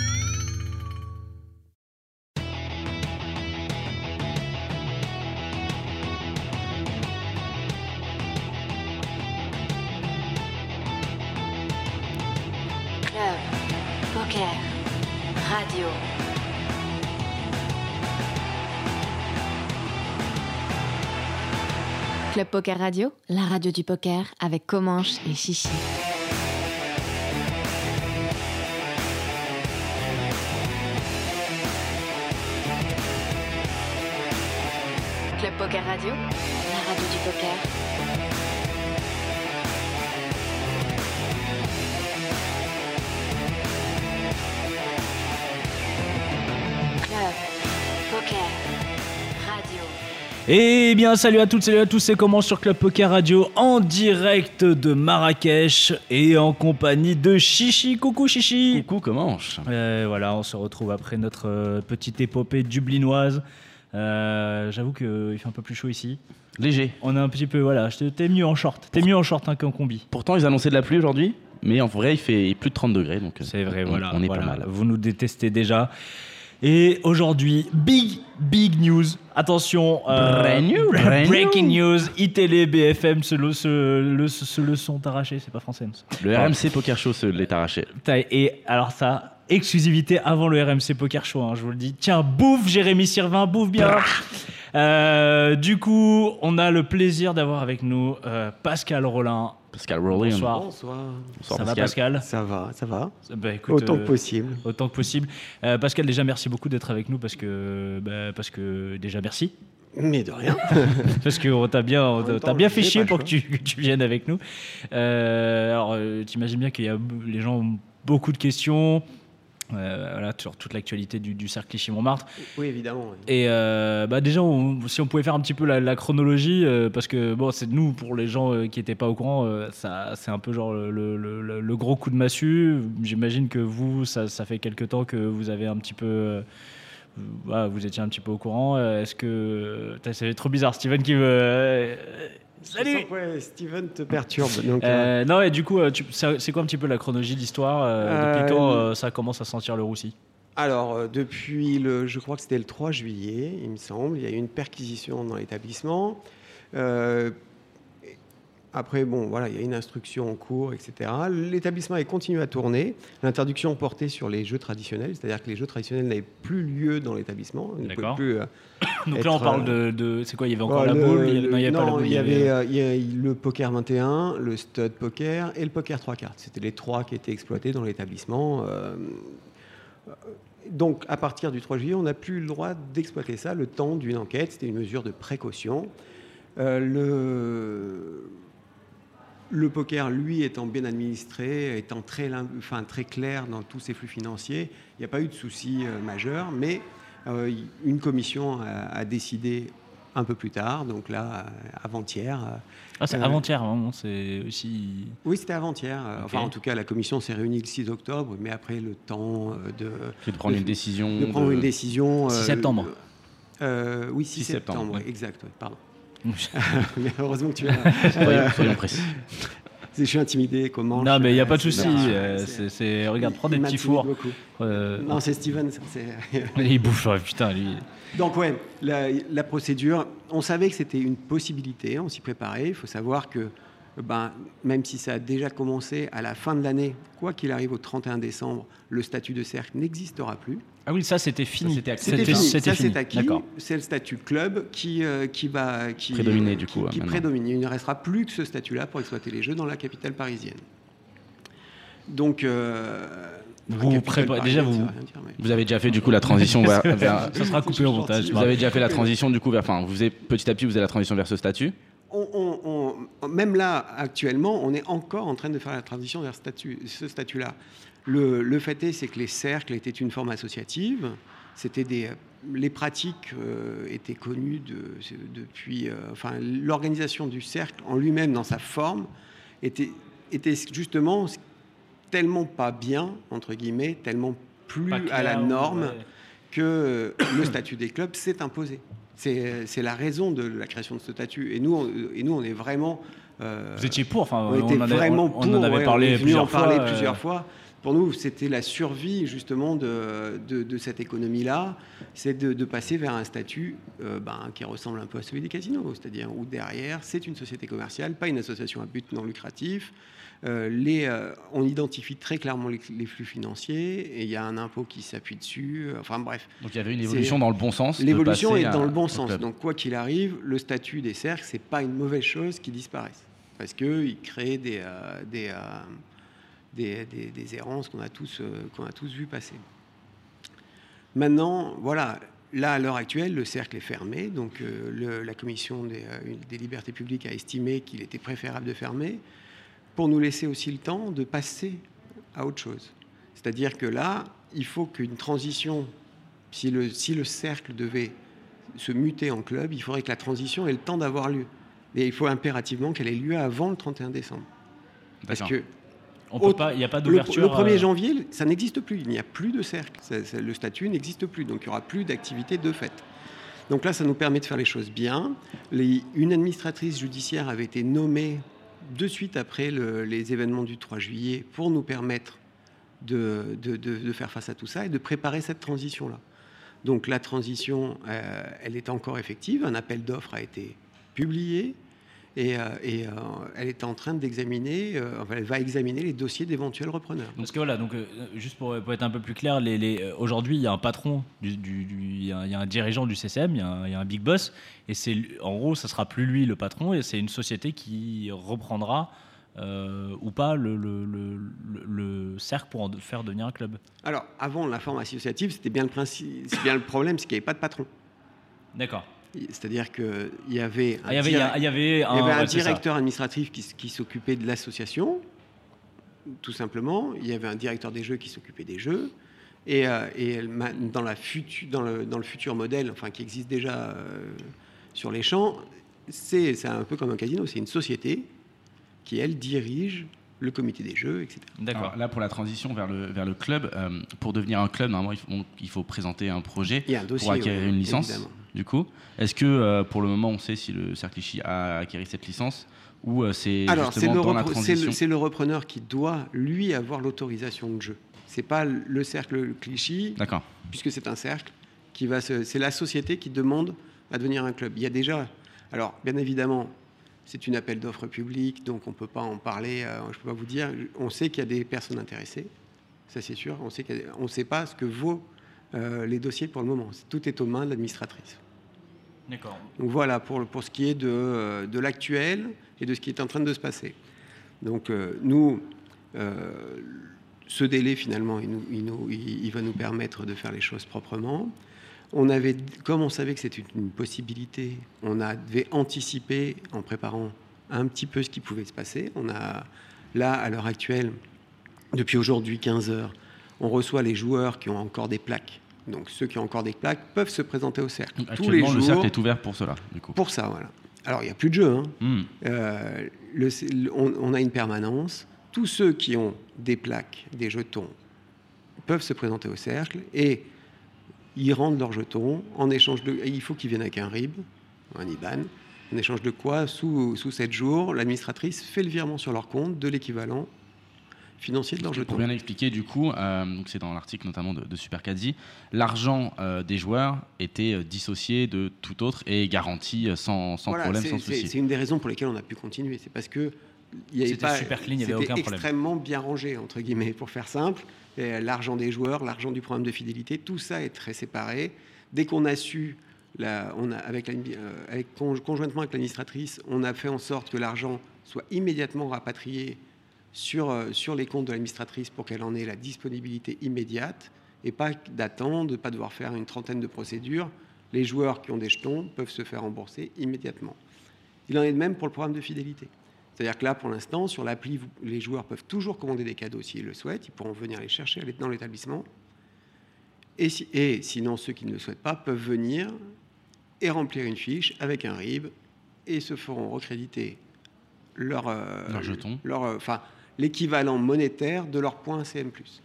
Club Poker Radio. Club Poker Radio, la radio du poker avec Comanche et Chichi. Club Poker Radio, la radio du poker Club Poker Radio. Eh bien, salut à toutes, salut à tous, c'est comment sur Club Poker Radio en direct de Marrakech et en compagnie de Chichi. Coucou Chichi Coucou, Comanche. Euh, Voilà, on se retrouve après notre euh, petite épopée dublinoise. Euh, J'avoue qu'il fait un peu plus chaud ici. Léger. On a un petit peu, voilà, je te- t'es mieux en short, t'es mieux en short hein, qu'en combi. Pourtant, ils annonçaient de la pluie aujourd'hui, mais en vrai, il fait plus de 30 degrés, donc euh, C'est vrai, on- voilà. on est voilà. pas mal. Vous nous détestez déjà. Et aujourd'hui, big, big news. Attention, euh, Brand new, brand breaking new. news. ITL, BFM se le, se, le, se le sont arrachés, c'est pas français. non. Le Pardon. RMC Poker Show se l'est arraché. Putain, Et alors ça, exclusivité avant le RMC Poker Show, hein, je vous le dis. Tiens, bouffe Jérémy Sirvin, bouffe bien. Euh, du coup, on a le plaisir d'avoir avec nous euh, Pascal Rollin. Pascal Rowling. Bonsoir. Bonsoir. Bonsoir, ça Pascal. va Pascal Ah. Ça va, ça va. Bah, écoute, Autant euh, que possible. autant que possible. Euh, Pascal, déjà merci beaucoup d'être avec nous parce que, bah, parce que déjà merci. Mais de rien. Parce qu'on t'a bien, on même t'a temps, bien j'ai fait chier pas le pour que choix. tu, que tu viennes avec nous. Euh, alors, euh, t'imagines bien qu'il y a les gens ont beaucoup de questions. euh, voilà, sur toute l'actualité du, du cercle Clichy-Montmartre. oui, évidemment. oui. Et euh, bah déjà, on- si on pouvait faire un petit peu la, la chronologie, euh, parce que bon, c'est nous, pour les gens euh, qui n'étaient pas au courant, euh, ça, c'est un peu genre le, le- le- le gros coup de massue. J'imagine que vous, ça, ça fait quelques temps que vous avez un petit peu. euh, bah, vous étiez un petit peu au courant. Euh, Est-ce que. Putain, C'est trop bizarre, Steven qui veut. euh, euh, Je Salut sens que, ouais, Steven te perturbe. Donc, euh, Euh, Non, et du coup, euh, tu- c'est c'est quoi un petit peu la chronologie de l'histoire euh, Depuis Euh, quand euh, ça commence à sentir le roussi alors, euh, depuis le, je crois que c'était le 3 juillet, il me semble, il y a eu une perquisition dans l'établissement. Euh, et après, bon, voilà, il y a une instruction en cours, etc. L'établissement est continue à tourner. L'interdiction portait sur les jeux traditionnels, c'est-à-dire que les jeux traditionnels n'avaient plus lieu dans l'établissement. Ils ne pouvaient D'accord. plus, euh, Donc là, on Être, euh, parle de. de- c'est quoi Il y avait encore la boule Il y a- Non, il n'y avait pas la boule. Oh, il y avait euh, il y a eu le poker 21, le stud poker et le poker 3 cartes. C'était les trois qui étaient exploités dans l'établissement. euh, euh, Donc, à partir du 3 juillet, on n'a plus le droit d'exploiter ça le temps d'une enquête. C'était une mesure de précaution. Euh, le... le poker, lui, étant bien administré, étant très, lin- enfin, très clair dans tous ses flux financiers, il n'y a pas eu de souci euh, majeur, mais euh, y- une commission a, a décidé un peu plus tard, donc là, euh, avant-hier. euh, Ah, c'est Euh, avant-hier, vraiment, c'est aussi. oui, c'était avant-hier. euh, Ok. Enfin, en tout cas, la commission s'est réunie le 6 octobre, mais après le temps euh, de, Tu de prendre de- une décision. de prendre de- une décision. 6 Mm, septembre. euh, oui, 6, 6 septembre, septembre, ouais, exact, ouais, pardon. non, mais heureusement que tu as. Soyons, soyons précis. Je suis intimidé, comment mais il n'y a pas de c'est- souci. c'est- euh, c'est- c'est- c'est- Regarde, il- prends il des petits m'intimide fours. beaucoup. euh, Non, c'est Steven. ça, c'est- Il bouffe, ouais, putain, lui. Donc, ouais, la, la procédure, on savait que c'était une possibilité, on s'y préparait. Il faut savoir que, ben, même si ça a déjà commencé à la fin de l'année, quoi qu'il arrive au 31 décembre, le statut de cercle n'existera plus. Ah oui, ça, c'était fini. C'était acquis. C'était- C'était fini. c'était Ça, fini. c'est acquis. D'accord. C'est le statut club qui, euh, qui va. Qui, Prédominer, du qui- coup, hein, Qui maintenant. prédomine. Il ne restera plus que ce statut-là pour exploiter les jeux dans la capitale parisienne. Donc. euh, Vous la capitale préparez- déjà, parisienne, vous- ça veut rien dire, mais- Vous avez déjà fait du coup la transition vers. vers- Ça sera coupé au montage. Vous avez déjà fait la transition du coup vers. Enfin, vous avez petit à petit, vous avez la transition vers ce statut. On- on- on- même là, actuellement, on est encore en train de faire la transition vers statut- ce statut-là. Le, le fait est, c'est que les cercles étaient une forme associative. C'était des, les pratiques euh, étaient connues de- depuis. euh, enfin, l'organisation du cercle en lui-même, dans sa forme, était, était justement tellement pas bien entre guillemets, tellement plus à la norme que euh, le statut des clubs s'est imposé. C'est la raison de la création de ce statut. Et nous, on, et nous, on est vraiment. Euh, Vous étiez pour, enfin, on, était en avait, vraiment on, pour, on en avait ouais, parlé on est venu plusieurs en fois. parler euh, plusieurs fois. Pour nous, c'était la survie justement de, de, de cette économie-là, c'est de, de passer vers un statut euh, ben, qui ressemble un peu à celui des casinos, c'est-à-dire où derrière, c'est une société commerciale, pas une association à but non lucratif. Euh, les, euh, on identifie très clairement les, les flux financiers et il y a un impôt qui s'appuie dessus. Enfin bref, Donc il y avait une C'est- évolution dans le bon sens. de l'évolution passer est à- dans le bon au sens. club. Donc quoi qu'il arrive, le statut des cercles, c'est pas une mauvaise chose qui disparaisse parce que ils créent des euh, des, euh, des, des- des errances qu'on a tous euh, qu'on a tous vu passer. Maintenant, voilà. Là, à l'heure actuelle, le cercle est fermé. Donc, euh, le- la commission des, euh, une- des libertés publiques a estimé qu'il était préférable de fermer pour nous laisser aussi le temps de passer à autre chose. C'est-à-dire que là, il faut qu'une transition, si le, si le cercle devait se muter en club, il faudrait que la transition ait le temps d'avoir lieu. Et il faut impérativement qu'elle ait lieu avant le 31 décembre. Parce D'accord. que on peut autre- pas, il n'y a pas le, d'ouverture. le 1er euh, janvier, ça n'existe plus. Il n'y a plus de cercle. Ça- ça- le statut n'existe plus. Donc il n'y aura plus d'activité de fait. Donc là, ça nous permet de faire les choses bien. Les- une administratrice judiciaire avait été nommée de suite après le- les événements du 3 juillet pour nous permettre de, de- de- de faire face à tout ça et de préparer cette transition-là. Donc la transition, euh, elle est encore effective. Un appel d'offres a été publié et, euh, et, euh, elle est en train d'examiner, euh, enfin, elle va examiner les dossiers d'éventuels repreneurs. Parce que voilà, donc euh, juste pour, pour être un peu plus clair, les, les- euh, aujourd'hui il y a un patron, du, du- du- il y, a un- il y a un dirigeant du CCM, il y, a un- il y a un big boss, et c'est lui- en gros ça sera plus lui le patron, et c'est une société qui reprendra euh, ou pas le, le, le- le- le cercle pour en de- faire devenir un club. Alors, avant la forme associative, c'était bien le principe, c'est bien le problème, c'est qu'il n'y avait pas de patron. D'accord. C'est-à-dire qu'il y avait un, Ah, Il y avait, il y direct- a- il y avait un, il y avait un ouais, c'est ça. directeur administratif qui, s- qui s'occupait de l'association, tout simplement. Il y avait un directeur des jeux qui s'occupait des jeux. Et, euh, et elle m'a- dans, la futu- dans, le, dans le futur modèle, enfin qui existe déjà euh, sur les champs, c'est c'est un peu comme un casino, c'est une société qui, elle, dirige le comité des jeux, etc. D'accord. Alors là, pour la transition vers le, vers le club, euh, pour devenir un club, normalement, il faut, on- il faut présenter un projet Il y a un dossier. pour acquérir ouais, une licence. évidemment. Du coup, est-ce que euh, pour le moment, on sait si le Cercle Clichy a acquéri cette licence ou euh, c'est Alors, c'est justement le, dans la repre- c'est le- transition c'est le repreneur qui doit, lui, avoir l'autorisation de jeu. C'est pas le- le cercle Clichy D'accord. puisque c'est un cercle, qui va se- c'est la société qui demande à devenir un club. Il y a déjà, alors bien évidemment, c'est une appel d'offres publique, donc on peut pas en parler, euh, je peux pas vous dire. On sait qu'il y a des personnes intéressées, ça c'est sûr. On sait qu'il y a des- on sait pas ce que vaut euh, les dossiers pour le moment. Tout est aux mains de l'administratrice. Ah. D'accord. Donc voilà pour, le- pour ce qui est de, euh, de l'actuel et de ce qui est en train de se passer. Donc euh, nous, euh, ce délai finalement, il, nous- il nous- il- il va nous permettre de faire les choses proprement. On avait, comme on savait que c'était une, une possibilité, on a- devait anticiper en préparant un petit peu ce qui pouvait se passer. On a là, à l'heure actuelle, depuis aujourd'hui 15 heures, on reçoit les joueurs qui ont encore des plaques. Donc ceux qui ont encore des plaques peuvent se présenter au cercle. Tous les Actuellement, jours, le Cercle est ouvert pour cela. Du coup. pour ça, voilà. Alors, il n'y a plus de jeu. hein. Hmm. Euh, le- c'est- le- on, on a une permanence. Tous ceux qui ont des plaques, des jetons, peuvent se présenter au cercle et ils rendent leurs jetons en échange de. et Il faut qu'ils viennent avec un RIB, ou un IBAN. En échange de quoi, sous, sous 7 jours, l'administratrice fait le virement sur leur compte de l'équivalent financier de leurs Pour jetons. bien expliquer, du coup, euh, donc c'est dans l'article notamment de, de Super Caddy, l'argent euh, des joueurs était euh, dissocié de tout autre et garanti euh, sans, sans Voilà, problème, c'est- sans c'est- souci. C'est une des raisons pour lesquelles on a pu continuer. C'est parce que il y avait C'était pas- super clean, il y avait c'était aucun problème. extrêmement bien rangé entre guillemets, pour faire simple. Et, euh, L'argent des joueurs, l'argent du programme de fidélité, tout ça est très séparé. Dès qu'on a su, la- on a avec, la- euh, avec- con- conjointement avec l'administratrice, on a fait en sorte que l'argent soit immédiatement rapatrié sur, euh, sur les comptes de l'administratrice pour qu'elle en ait la disponibilité immédiate et pas d'attendre, pas devoir faire une trentaine de procédures. Les joueurs qui ont des jetons peuvent se faire rembourser immédiatement. Il en est de même pour le programme de fidélité. C'est-à-dire que là, pour l'instant, sur l'appli, vous- les joueurs peuvent toujours commander des cadeaux s'ils le souhaitent. Ils pourront venir les chercher aller dans l'établissement. Et, si- et sinon, ceux qui ne le souhaitent pas peuvent venir et remplir une fiche avec un RIB et se feront recréditer leur, euh, Leur jeton. leur, euh, enfin, l'équivalent monétaire de leur point CM+.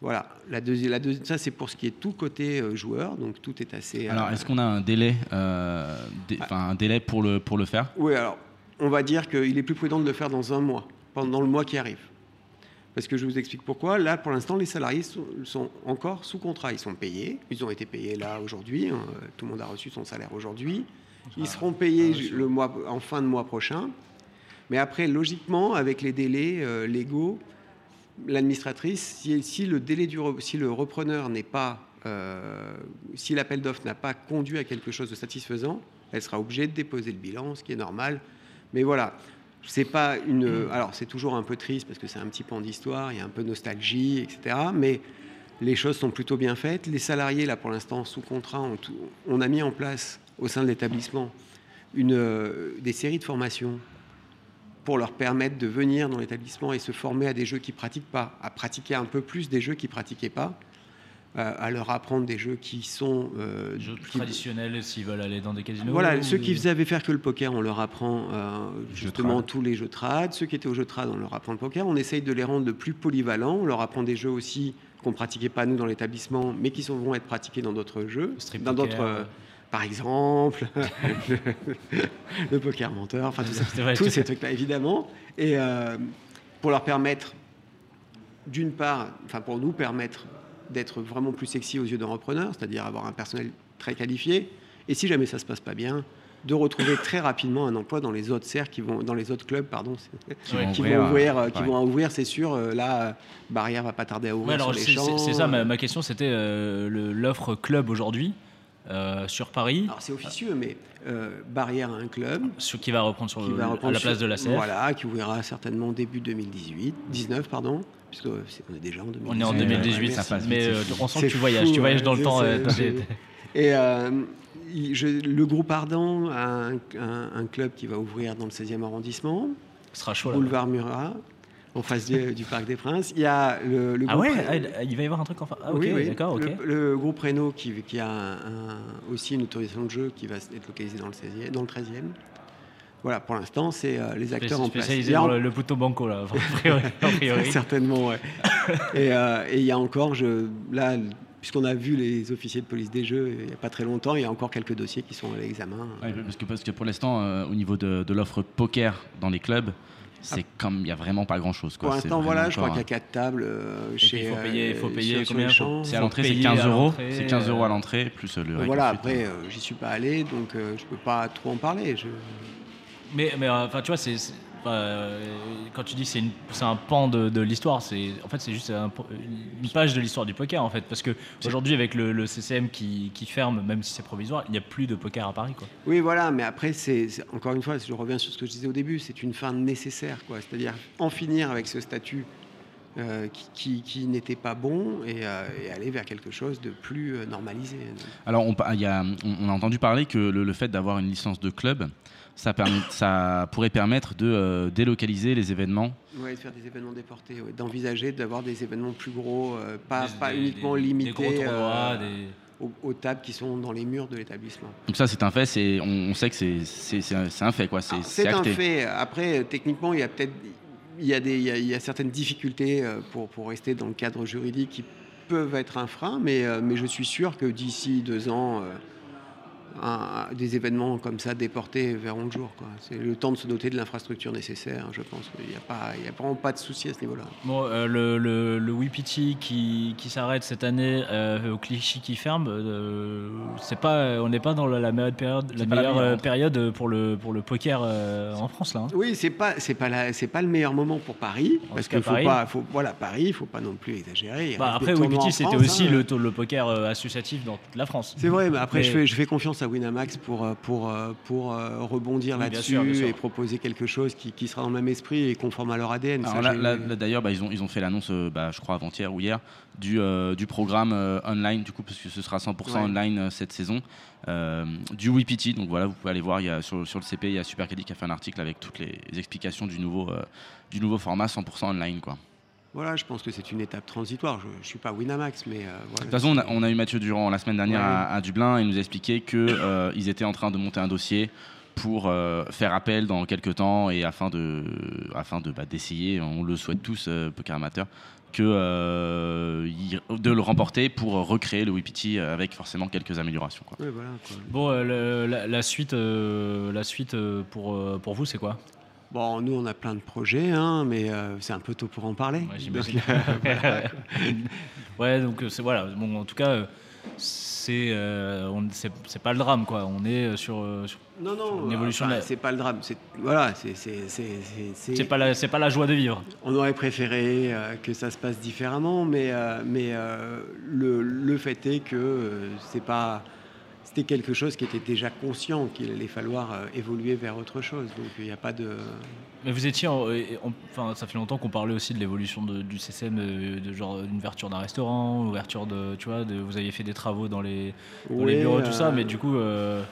Voilà, la deuxième, la deuxi- ça c'est pour ce qui est tout côté euh, joueur, donc tout est assez. euh, Ah. Alors, est-ce qu'on a un délai, euh, dé- enfin, un délai pour le, pour le faire Oui, alors, on va dire qu'il est plus prudent de le faire dans un mois, pendant le mois qui arrive. Parce que je vous explique pourquoi. Là, pour l'instant, les salariés sont, sont encore sous contrat. Ils sont payés. Ils ont été payés là aujourd'hui. hein, Tout le monde a reçu son salaire aujourd'hui. Ils seront payés ju- le mois, en fin de mois prochain. Mais après, logiquement, avec les délais euh, légaux, l'administratrice, si, si le délai du re- si le repreneur n'est pas, euh, si l'appel d'offres n'a pas conduit à quelque chose de satisfaisant, elle sera obligée de déposer le bilan, ce qui est normal. Mais voilà, c'est pas une. Alors c'est toujours un peu triste parce que c'est un petit pan d'histoire, il y a un peu de nostalgie, etc. Mais les choses sont plutôt bien faites. Les salariés là pour l'instant sous contrat, ont tout- on a mis en place au sein de l'établissement une euh, des séries de formations pour leur permettre de venir dans l'établissement et se former à des jeux qu'ils pratiquent pas, à pratiquer un peu plus des jeux qu'ils pratiquaient pas, euh, à leur apprendre des jeux qui sont euh, Jeux plus qui- traditionnels, s'ils veulent aller dans des casinos. voilà, ou- ceux qui savaient faire que le poker, on leur apprend euh, justement trad. tous les jeux trad. Ceux qui étaient au jeu trad, on leur apprend le poker. On essaye de les rendre le plus polyvalents. On leur apprend des jeux aussi qu'on pratiquait pas nous dans l'établissement, mais qui sont- vont être pratiqués dans d'autres jeux, Strip dans poker. d'autres, euh, par exemple, le, le poker menteur. Enfin, tout ça C'est vrai, tous c'est- ces trucs-là, évidemment. Et euh, pour leur permettre, d'une part, enfin pour nous permettre d'être vraiment plus sexy aux yeux d'un repreneur, c'est-à-dire avoir un personnel très qualifié, et si jamais ça se passe pas bien, de retrouver très rapidement un emploi dans les autres cercles qui vont, dans les autres clubs, pardon, Qui Ouais. qui ouvrir, vont ouvrir, euh, euh, qui ouais. vont ouvrir, c'est sûr. euh, Là, euh, barrière va pas tarder à ouvrir Ouais, alors, sur les c'est- champs. c'est c'est ça, ma, ma question c'était euh, le- l'offre club aujourd'hui euh, sur Paris, Alors c'est officieux, mais euh, barrière à un club. ce qui va reprendre sur qui le- va Euh, à reprendre la place sur- de la CF. Voilà, qui ouvrira certainement début 2018, 19 pardon, puisque c'est- on est déjà en 2018. On est en Ouais, 2018, ouais, ça merci. passe. Mais C'est euh, fou. on sent C'est que tu voyages, fou, tu voyages dans ouais, le temps. je euh, sais, t'as je- des- Et euh, il- je- le groupe Ardent a un, un- un club qui va ouvrir dans le 16e arrondissement, Ce sera chaud là. boulevard Murat, en face du, du Parc des Princes. Il y a le, le Ah groupe ouais, Ré- ah, il va y avoir un truc enfin. Ah ok, Oui, oui. d'accord, ok. le, le groupe Renault qui, qui a un- un- aussi une autorisation de jeu qui va être localisée dans le 16e, dans le 13e. Voilà, pour l'instant, c'est euh, les acteurs en place. spécialisé Il y a dans en- le, le Puto Banco là, a priori. a priori. Certainement, ouais. et euh, et il y a encore, je, là, puisqu'on a vu les officiers de police des jeux il n'y a pas très longtemps, il y a encore quelques dossiers qui sont à l'examen. Ouais, parce, que, parce que pour l'instant, euh, au niveau de, de l'offre poker dans les clubs, c'est comme il n'y a vraiment pas grand chose. Ah. Pour l'instant, voilà, je crois qu'il y a quatre tables euh, puis, chez. il faut payer- il faut euh, payer sur- sur combien les champs. pour- C'est à Faut l'entrée, c'est payer 15 à euros. l'entrée, C'est 15 euros euh, à l'entrée, plus le Mais reste Voilà, ensuite. hein. après, euh, j'y suis pas allé, donc euh, je peux pas trop en parler. Je... Mais, mais euh, enfin, tu vois, c'est. c'est- enfin, euh, quand tu dis que c'est une- c'est un pan de, de l'histoire, c'est en fait c'est juste un pan- une page de l'histoire du poker en fait, parce que aujourd'hui avec le, le CCM qui, qui ferme, même si c'est provisoire, il n'y a plus de poker à Paris quoi. Oui, voilà, mais après, c'est c'est- encore une fois, je reviens sur ce que je disais au début, c'est une fin nécessaire, quoi. C'est-à-dire en finir avec ce statut euh, qui, qui- qui n'était pas bon et, euh, et aller vers quelque chose de plus euh, normalisé. Alors, on, pa- il y a, on- on a entendu parler que le, le fait d'avoir une licence de club, ça, permet, ça pourrait permettre de euh, délocaliser les événements. Ouais, de faire des événements déportés, ouais, d'envisager d'avoir des événements plus gros, euh, pas, Des- pas des- uniquement des- limités Des gros tournois, euh, des- aux, aux tables qui sont dans les murs de l'établissement. Donc ça, c'est un fait. C'est, on, on sait que c'est, c'est, c'est un- c'est un fait, quoi. C'est, Alors, c'est Ah, C'est un acté. fait. Après, euh, techniquement, il y a peut-être il y a des il y a, il y a certaines difficultés euh, pour, pour rester dans le cadre juridique qui peuvent être un frein, mais, euh, mais je suis sûr que d'ici deux ans, euh, un- un- des événements comme ça déportés verront le jour. quoi. C'est le temps de se doter de l'infrastructure nécessaire, je pense. Il n'y a, pas- il y a vraiment pas de souci à ce niveau-là. Bon, euh, le, le, le Wipiti qui, qui s'arrête cette année, euh, au Clichy qui ferme, euh, c'est pas, on n'est pas dans la, la meilleure, période, la C'est pas la meilleure, meilleure euh, rentrée. période pour le, pour le poker euh, en France là. hein. Oui, c'est pas c'est pas la- c'est pas le meilleur moment pour Paris En parce tout cas, qu'il faut Paris. pas faut voilà Paris, faut pas non plus exagérer. Il Bah, reste des après, tournois en Wipiti c'était France, aussi hein. le, le poker euh, associatif dans toute la France. C'est vrai, mais après Mais- je fais je fais confiance à Winamax pour euh, pour euh, pour euh, rebondir Oui, bien là-dessus sûr, bien sûr. et proposer quelque chose qui, qui sera dans le même esprit et conforme à leur ADN. Alors ça, là, j'ai- là- là, d'ailleurs, bah, ils, ont, ils ont fait l'annonce, euh, bah, je crois, avant-hier ou hier, du, euh, du programme euh, online, du coup, parce que ce sera 100% Ouais. online euh, cette saison, euh, du WIPT. Donc voilà, vous pouvez aller voir, il y a, sur, sur le CP, il y a Supercaddy qui a fait un article avec toutes les explications du nouveau, euh, du nouveau format 100% online. Quoi. Voilà, je pense que c'est une étape transitoire. Je, je suis pas Winamax, mais euh, voilà. De toute façon, on a, on a euh, eu Mathieu Durand la semaine dernière Ouais. à, à Dublin, il nous a expliqué qu'ils étaient en train de monter un dossier pour euh, faire appel dans quelques temps et afin de, afin de bah, d'essayer, on le souhaite tous, euh, poker amateur, que euh, il- de le remporter pour recréer le Wipiti avec forcément quelques améliorations. quoi. Ouais, voilà, quoi. Bon, euh, le- la, la suite, euh, la suite euh, pour, euh, pour vous, c'est quoi Bon, nous, on a plein de projets, hein, mais euh, c'est un peu tôt pour en parler. Ouais, j'imagine. Donc, euh, Ouais, donc euh, c'est voilà. Bon, en tout cas, euh, c'est euh, on- c'est c'est pas le drame, quoi. On est euh, sur. euh, sur- non, non, Une évolution enfin, de la- c'est pas le drame. C'est, voilà, c'est, c'est, c'est- c'est- c'est- c'est pas la, c'est pas la joie de vivre. On aurait préféré euh, que ça se passe différemment, mais, euh, mais euh, le, le fait est que euh, c'est pas. C'était quelque chose qui était déjà conscient qu'il allait falloir euh, évoluer vers autre chose. Donc il n'y a pas de. Mais vous étiez, en- euh, et- en- enfin, ça fait longtemps qu'on parlait aussi de l'évolution de- du CCM, euh, de, genre une ouverture d'un restaurant, ouverture de, tu vois, de, vous aviez fait des travaux dans les, dans les Ouais, bureaux, tout ça, euh, mais du coup, euh,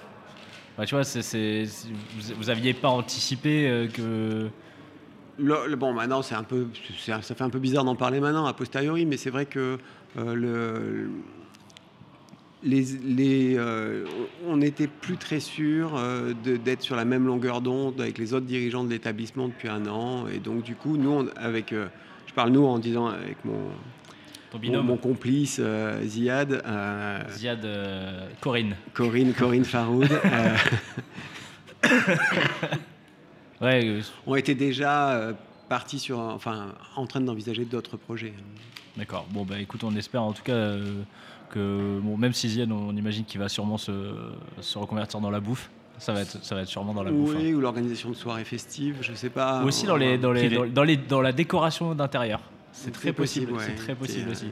bah, tu vois, c'est, c'est- c'est- vous, vous aviez pas anticipé euh, que. Le- le- bon, maintenant, c'est un peu, c'est un- ça fait un peu bizarre d'en parler maintenant, a posteriori, mais c'est vrai que euh, le, les, les, euh, on n'était plus très sûr euh, de- d'être sur la même longueur d'onde avec les autres dirigeants de l'établissement depuis un an. Et donc, du coup, nous, on- avec, euh, je parle nous en disant avec mon, Ton mon, binôme, mon complice euh, Ziad, euh, Ziad euh, Corinne. Corinne, Corinne Faroud. euh, Ouais, euh, on était déjà euh, partis sur, enfin, en train d'envisager d'autres projets. hein. D'accord. Bon, bah écoute, on espère en tout cas euh, que, bon, même si Ziad, on imagine qu'il va sûrement se, se reconvertir dans la bouffe. Ça va être, ça va être sûrement dans la bouffe. hein. oui, ou l'organisation de soirées festives, je sais pas. Ou aussi dans, les, dans, les, privé. dans, dans les, dans la décoration d'intérieur. C'est très C'est possible. possible, C'est ouais. très possible C'est, euh, aussi.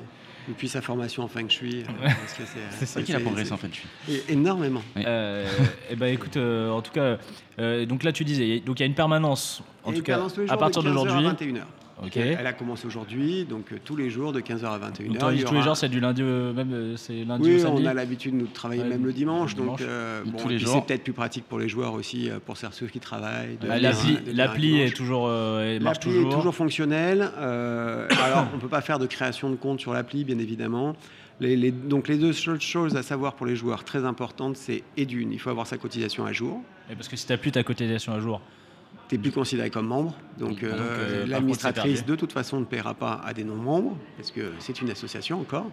Et puis sa formation en feng shui. euh, parce que C'est C'est vrai qu'il a progressé en fait. é- Énormément. et ben écoute, euh, en tout cas, euh, donc là tu disais, il y a- donc il y a une permanence, en Et tout une cas, permanence tous les à jours partir de 15 heures d'aujourd'hui. à 21h. Ok. Elle a commencé aujourd'hui, donc euh, tous les jours de 15h à 21h. Donc, tandis que il y tous les aura- jours, c'est du lundi, au- même euh, c'est lundi au Oui, samedi. on a l'habitude nous, de travailler Ouais, même le dimanche, le donc dimanche. euh, Tous bon, les et puis jours. c'est peut-être plus pratique pour les joueurs aussi, euh, pour ceux qui travaillent. de Euh, venir, l'appli- euh, de venir un L'appli est dimanche. toujours, euh, elle marche L'appli toujours. est toujours fonctionnelle. euh, alors, on ne peut pas faire de création de compte sur l'appli, bien évidemment. Les- les- donc, les deux seules choses à savoir pour les joueurs très importantes, c'est et d'une, il faut avoir sa cotisation à jour. Et parce que si t'as plus ta cotisation à jour, Tu n'es plus considéré comme membre. Donc, Donc, Ah, euh, euh, par contre, c'est l'administratrice, perdu. de toute façon, ne paiera pas à des non-membres, parce que c'est une association encore.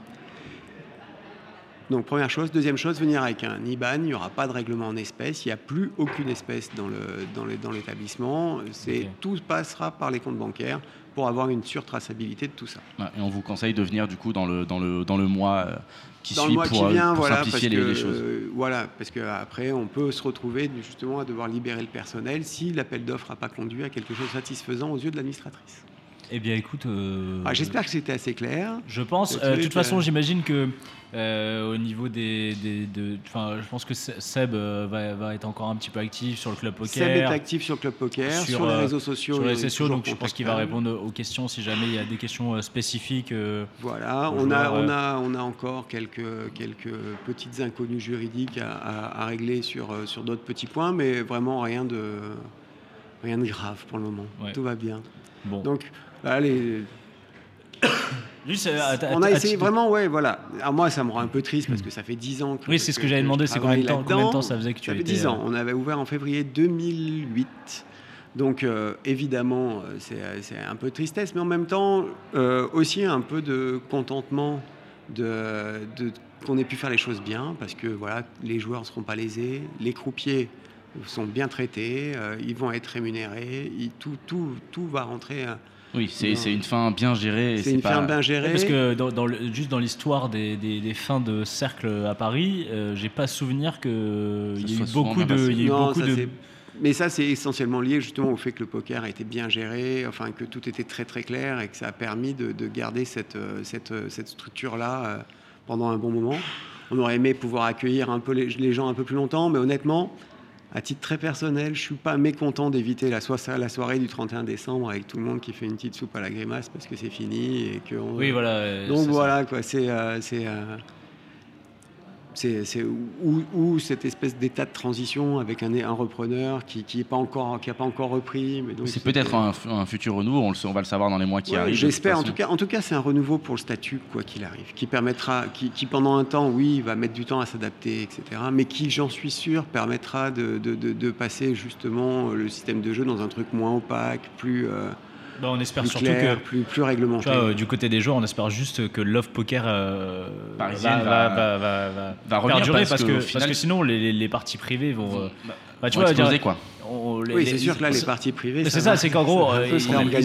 Donc, première chose. Deuxième chose, venir avec un IBAN. Il n'y aura pas de règlement en espèces. Il n'y a plus aucune espèce dans le- dans le- dans l'établissement. C'est Ok. Tout passera par les comptes bancaires pour avoir une surtraçabilité de tout ça. Ouais, Bah, Et on vous conseille de venir du coup dans le, dans le, dans le mois euh, qui dans suit le mois pour, qui euh, vient, pour voilà, simplifier parce les, que, les choses. euh, voilà, parce que après, on peut se retrouver justement à devoir libérer le personnel si l'appel d'offres n'a pas conduit à quelque chose de satisfaisant aux yeux de l'administratrice. eh bien écoute. euh, Ah, J'espère que c'était assez clair. Je pense. Le Euh, de truc, toute façon, euh, j'imagine que euh, au niveau des, des- de, enfin, je pense que Se- Seb euh, va, va être encore un petit peu actif sur le club poker, Seb est actif sur Club Poker, sur, sur, euh, les réseaux sociaux. sur il les est sociaux, toujours donc je pense qu'il va contactable. répondre aux questions si jamais il y a des questions euh, spécifiques. euh, Voilà, aux on a, joueurs, on, a, on a encore quelques, quelques petites inconnues juridiques à, à- à régler sur, euh, sur d'autres petits points, mais vraiment rien de, rien de grave pour le moment. Ouais. Tout va bien. bon. Donc, allez, Juste, euh, à- à- On à a essayé titre- vraiment, ouais, voilà. Alors moi, ça me rend un peu triste parce que ça fait 10 ans que. Oui, c'est ce que j'avais demandé, je c'est combien de travaille temps- combien de là-dedans. temps ça faisait que tu Ça fait étais, 10 ans. euh, On avait ouvert en février 2008. Donc, euh, évidemment, euh, c'est euh, c'est un peu de tristesse, mais en même temps, euh, aussi un peu de contentement de, de- qu'on ait pu faire les choses bien parce que voilà, les joueurs ne seront pas lésés, les croupiers sont bien traités, euh, ils vont être rémunérés, ils- tout, tout, tout va rentrer. hein. Oui, c'est Non. c'est une fin bien gérée. et C'est une pas- ferme bien gérée. Parce que dans, dans le- juste dans l'histoire des, des- des fins de cercle à Paris, euh, j'ai pas souvenir que Ça il y a eu soit souvent beaucoup de, bien passé. il y a eu Non, beaucoup ça, de- c'est- Mais ça, c'est essentiellement lié justement au fait que le poker a été bien géré, enfin que tout était très très clair et que ça a permis de, de garder cette, euh, cette, euh, cette structure-là euh, pendant un bon moment. On aurait aimé pouvoir accueillir un peu les, les gens un peu plus longtemps, mais honnêtement, à titre très personnel, je suis pas mécontent d'éviter la, soie- la soirée du 31 décembre avec tout le monde qui fait une petite soupe à la grimace parce que c'est fini et que on- Oui, voilà. euh, donc c'est ça. voilà, quoi, c'est. euh, c'est euh, c'est ou, ou, cette espèce d'état de transition avec un, un repreneur qui n'a qui pas, encore, qui a pas encore repris. C'est peut-être un, un, futur renouveau, on, le, on, va le savoir dans les mois qui ouais, arrivent. J'espère, en tout cas, en tout cas c'est un renouveau pour le statut, quoi qu'il arrive, qui permettra, qui, qui, pendant un temps, oui, va mettre du temps à s'adapter, etc., mais qui, j'en suis sûr, permettra de, de, de, de, passer justement le système de jeu dans un truc moins opaque, plus... Euh, bah on espère plus surtout clair, que plus, plus réglementé. Vois, euh, du côté des joueurs, on espère juste que Love Poker euh, va, va, va, va, perdurer parce, parce, que, final, parce, que, sinon les, les parties privées vont. Bah, bah, tu vont vois, exploser, dire, quoi. On, les, oui, c'est sûr que là, les parties privées. C'est ça, c'est qu'en gros, euh,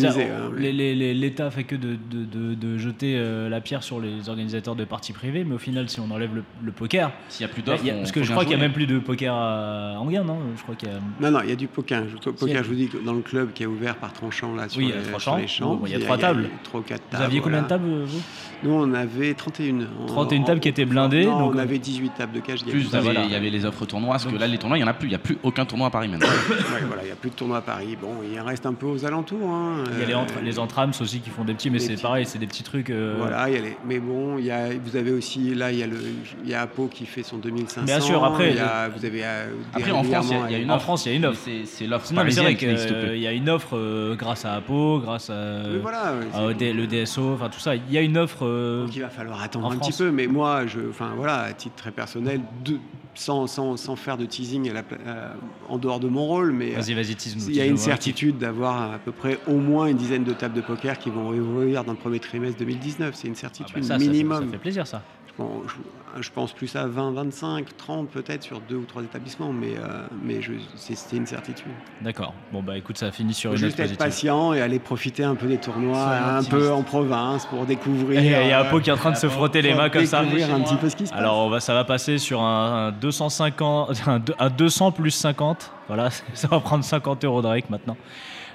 hein, l'État fait que de, de, de, de jeter euh, la pierre sur les organisateurs de parties privées, mais au final, si on enlève le, le poker. S'il n'y a plus d'offres. Parce que je crois qu'il n'y Bah, a même plus de poker à, en gain, non je crois qu'il a... Non, non, il y a du poker. Je, poker, je vous dis, dans le club qui est ouvert par tranchant, là, sur, oui, les, il y a sur les champs. Bon, il y a trois tables. Trois, quatre tables. Vous aviez combien de tables, vous Nous, on avait 31. 31 tables qui étaient blindées. euh, On avait 18 tables de cash. Plus, Bah, il y avait les offres tournois, parce que là, les tournois, il n'y en a plus. Il n'y a plus aucun tournoi à Paris maintenant. ouais, voilà, il n'y a plus de tournoi à Paris. Bon, il reste un peu aux alentours. Hein. Il y a les, entra les, entrams aussi qui font des petits, mais c'est pareil, c'est des petits trucs. Euh... Voilà, il y a les... mais bon, il y a, vous avez aussi, là, il y, a le, il y a Apo qui fait son 2500. Bien sûr, après. Il y a, vous avez, euh, après, en France, il y a, une Ah, offre. En France, il y a une offre. C'est l'offre Non, mais c'est vrai qu'il euh, y a une offre euh, grâce à Apo, grâce à, voilà, euh, à le DSO, enfin tout ça. Il y a une offre. euh, Donc il va falloir attendre un France. petit peu, mais moi, je, enfin voilà, à titre très personnel, de, sans, sans, sans, faire de teasing à la, euh, en dehors de mon rôle, mais euh, vas -y, vas -y, tease il y a une certitude d'avoir à peu près au moins une dizaine de tables de poker qui vont ouvrir dans le premier trimestre 2019. C'est une certitude ah bah ça, minimum. Ça fait, ça fait, plaisir, ça. Bon, je, je, pense plus à 20, 25, 30 peut-être sur deux ou trois établissements, mais, euh, mais c'est une certitude. D'accord. Bon, bah écoute, ça finit sur Faut une Juste être positive. patient et aller profiter un peu des tournois, un, un peu en province pour découvrir. Il y a Apo qui est en train de se frotter les mains comme ça. Découvrir un petit peu ce qui se passe. Alors, on va, ça va passer sur un, un 250, un, un 200 plus 50. Voilà, ça va prendre 50 euros de rec maintenant.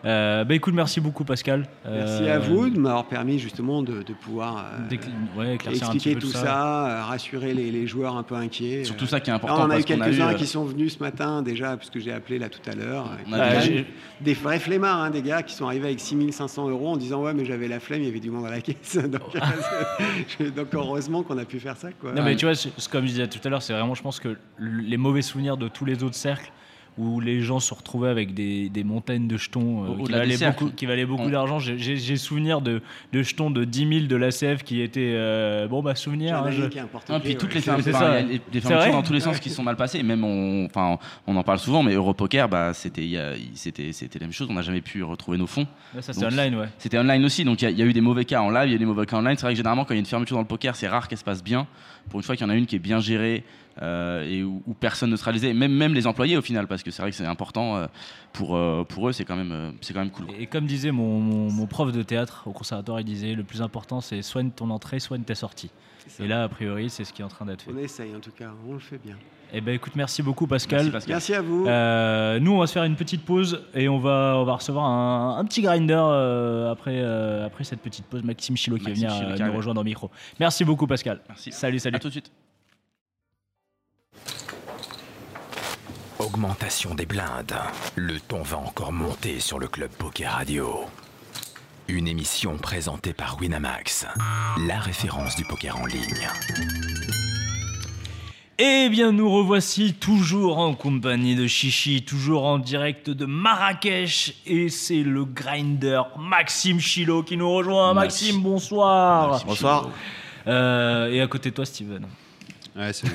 Euh, bah écoute, merci beaucoup Pascal. Euh, merci à vous de m'avoir permis justement de, de pouvoir euh, ouais, expliquer un petit tout ça, ça rassurer les, les, joueurs un peu inquiets. Euh, Surtout ça qui est important. Non, on a parce eu quelques-uns euh, qui sont venus ce matin déjà, puisque j'ai appelé là tout à l'heure. des vrais flemmards, hein, des gars qui sont arrivés avec 6500 euros en disant Ouais, mais j'avais la flemme, il y avait du monde à la caisse. donc, donc heureusement qu'on a pu faire ça. Quoi. Non, mais tu vois, comme je disais tout à l'heure, c'est vraiment, je pense que les mauvais souvenirs de tous les autres cercles où les gens se retrouvaient avec des, des montagnes de jetons euh, qui, valaient beaucoup, qui, valaient beaucoup, on... d'argent. J'ai souvenir de, de, jetons de 10 000 de l'ACF qui étaient. Euh, bon, bah, souvenir. Hein, je... ah, euh, puis toutes ouais. les fermetures, bah, les, fermetures dans tous les sens qui sont mal passées. Même, on, on en parle souvent, mais Europoker, bah, c'était la même chose. On n'a jamais pu retrouver nos fonds. Ouais, ça, c'était online, ouais. C'était online aussi. Donc, il y, y, a eu des mauvais cas en live, il y a eu des mauvais cas online. C'est vrai que généralement, quand il y a une fermeture dans le poker, c'est rare qu'elle se passe bien. Pour une fois qu'il y en a une qui est bien gérée. Euh, et où, où, personne ne sera lésé, même, même les employés au final, parce que c'est vrai que c'est important euh, pour, euh, pour eux, c'est quand, même, quand même cool. Et comme disait mon, mon, mon, prof de théâtre au conservatoire, il disait le plus important c'est soigne ton entrée, soigne ta sortie. Et là, a priori, c'est ce qui est en train d'être fait. On essaye en tout cas, on le fait bien. Eh ben écoute, merci beaucoup Pascal. Euh, Merci, Pascal. merci à vous. nous, on va se faire une petite pause et on va, on va recevoir un, un petit grinder euh, après, après cette petite pause. Maxime Chilo qui va venir nous arrive. rejoindre en micro. Merci beaucoup Pascal. Merci. Salut, salut. À tout de suite. Augmentation des blindes. Le ton va encore monter sur le Club Poker Radio. Une émission présentée par Winamax, la référence du poker en ligne. Eh bien, nous revoici toujours en compagnie de Chichi, toujours en direct de Marrakech, et c'est le grinder Maxime Chilo qui nous rejoint. Maxime, bonsoir. Maxime bonsoir. Euh, et à côté de toi, Steven. Ouais, salut.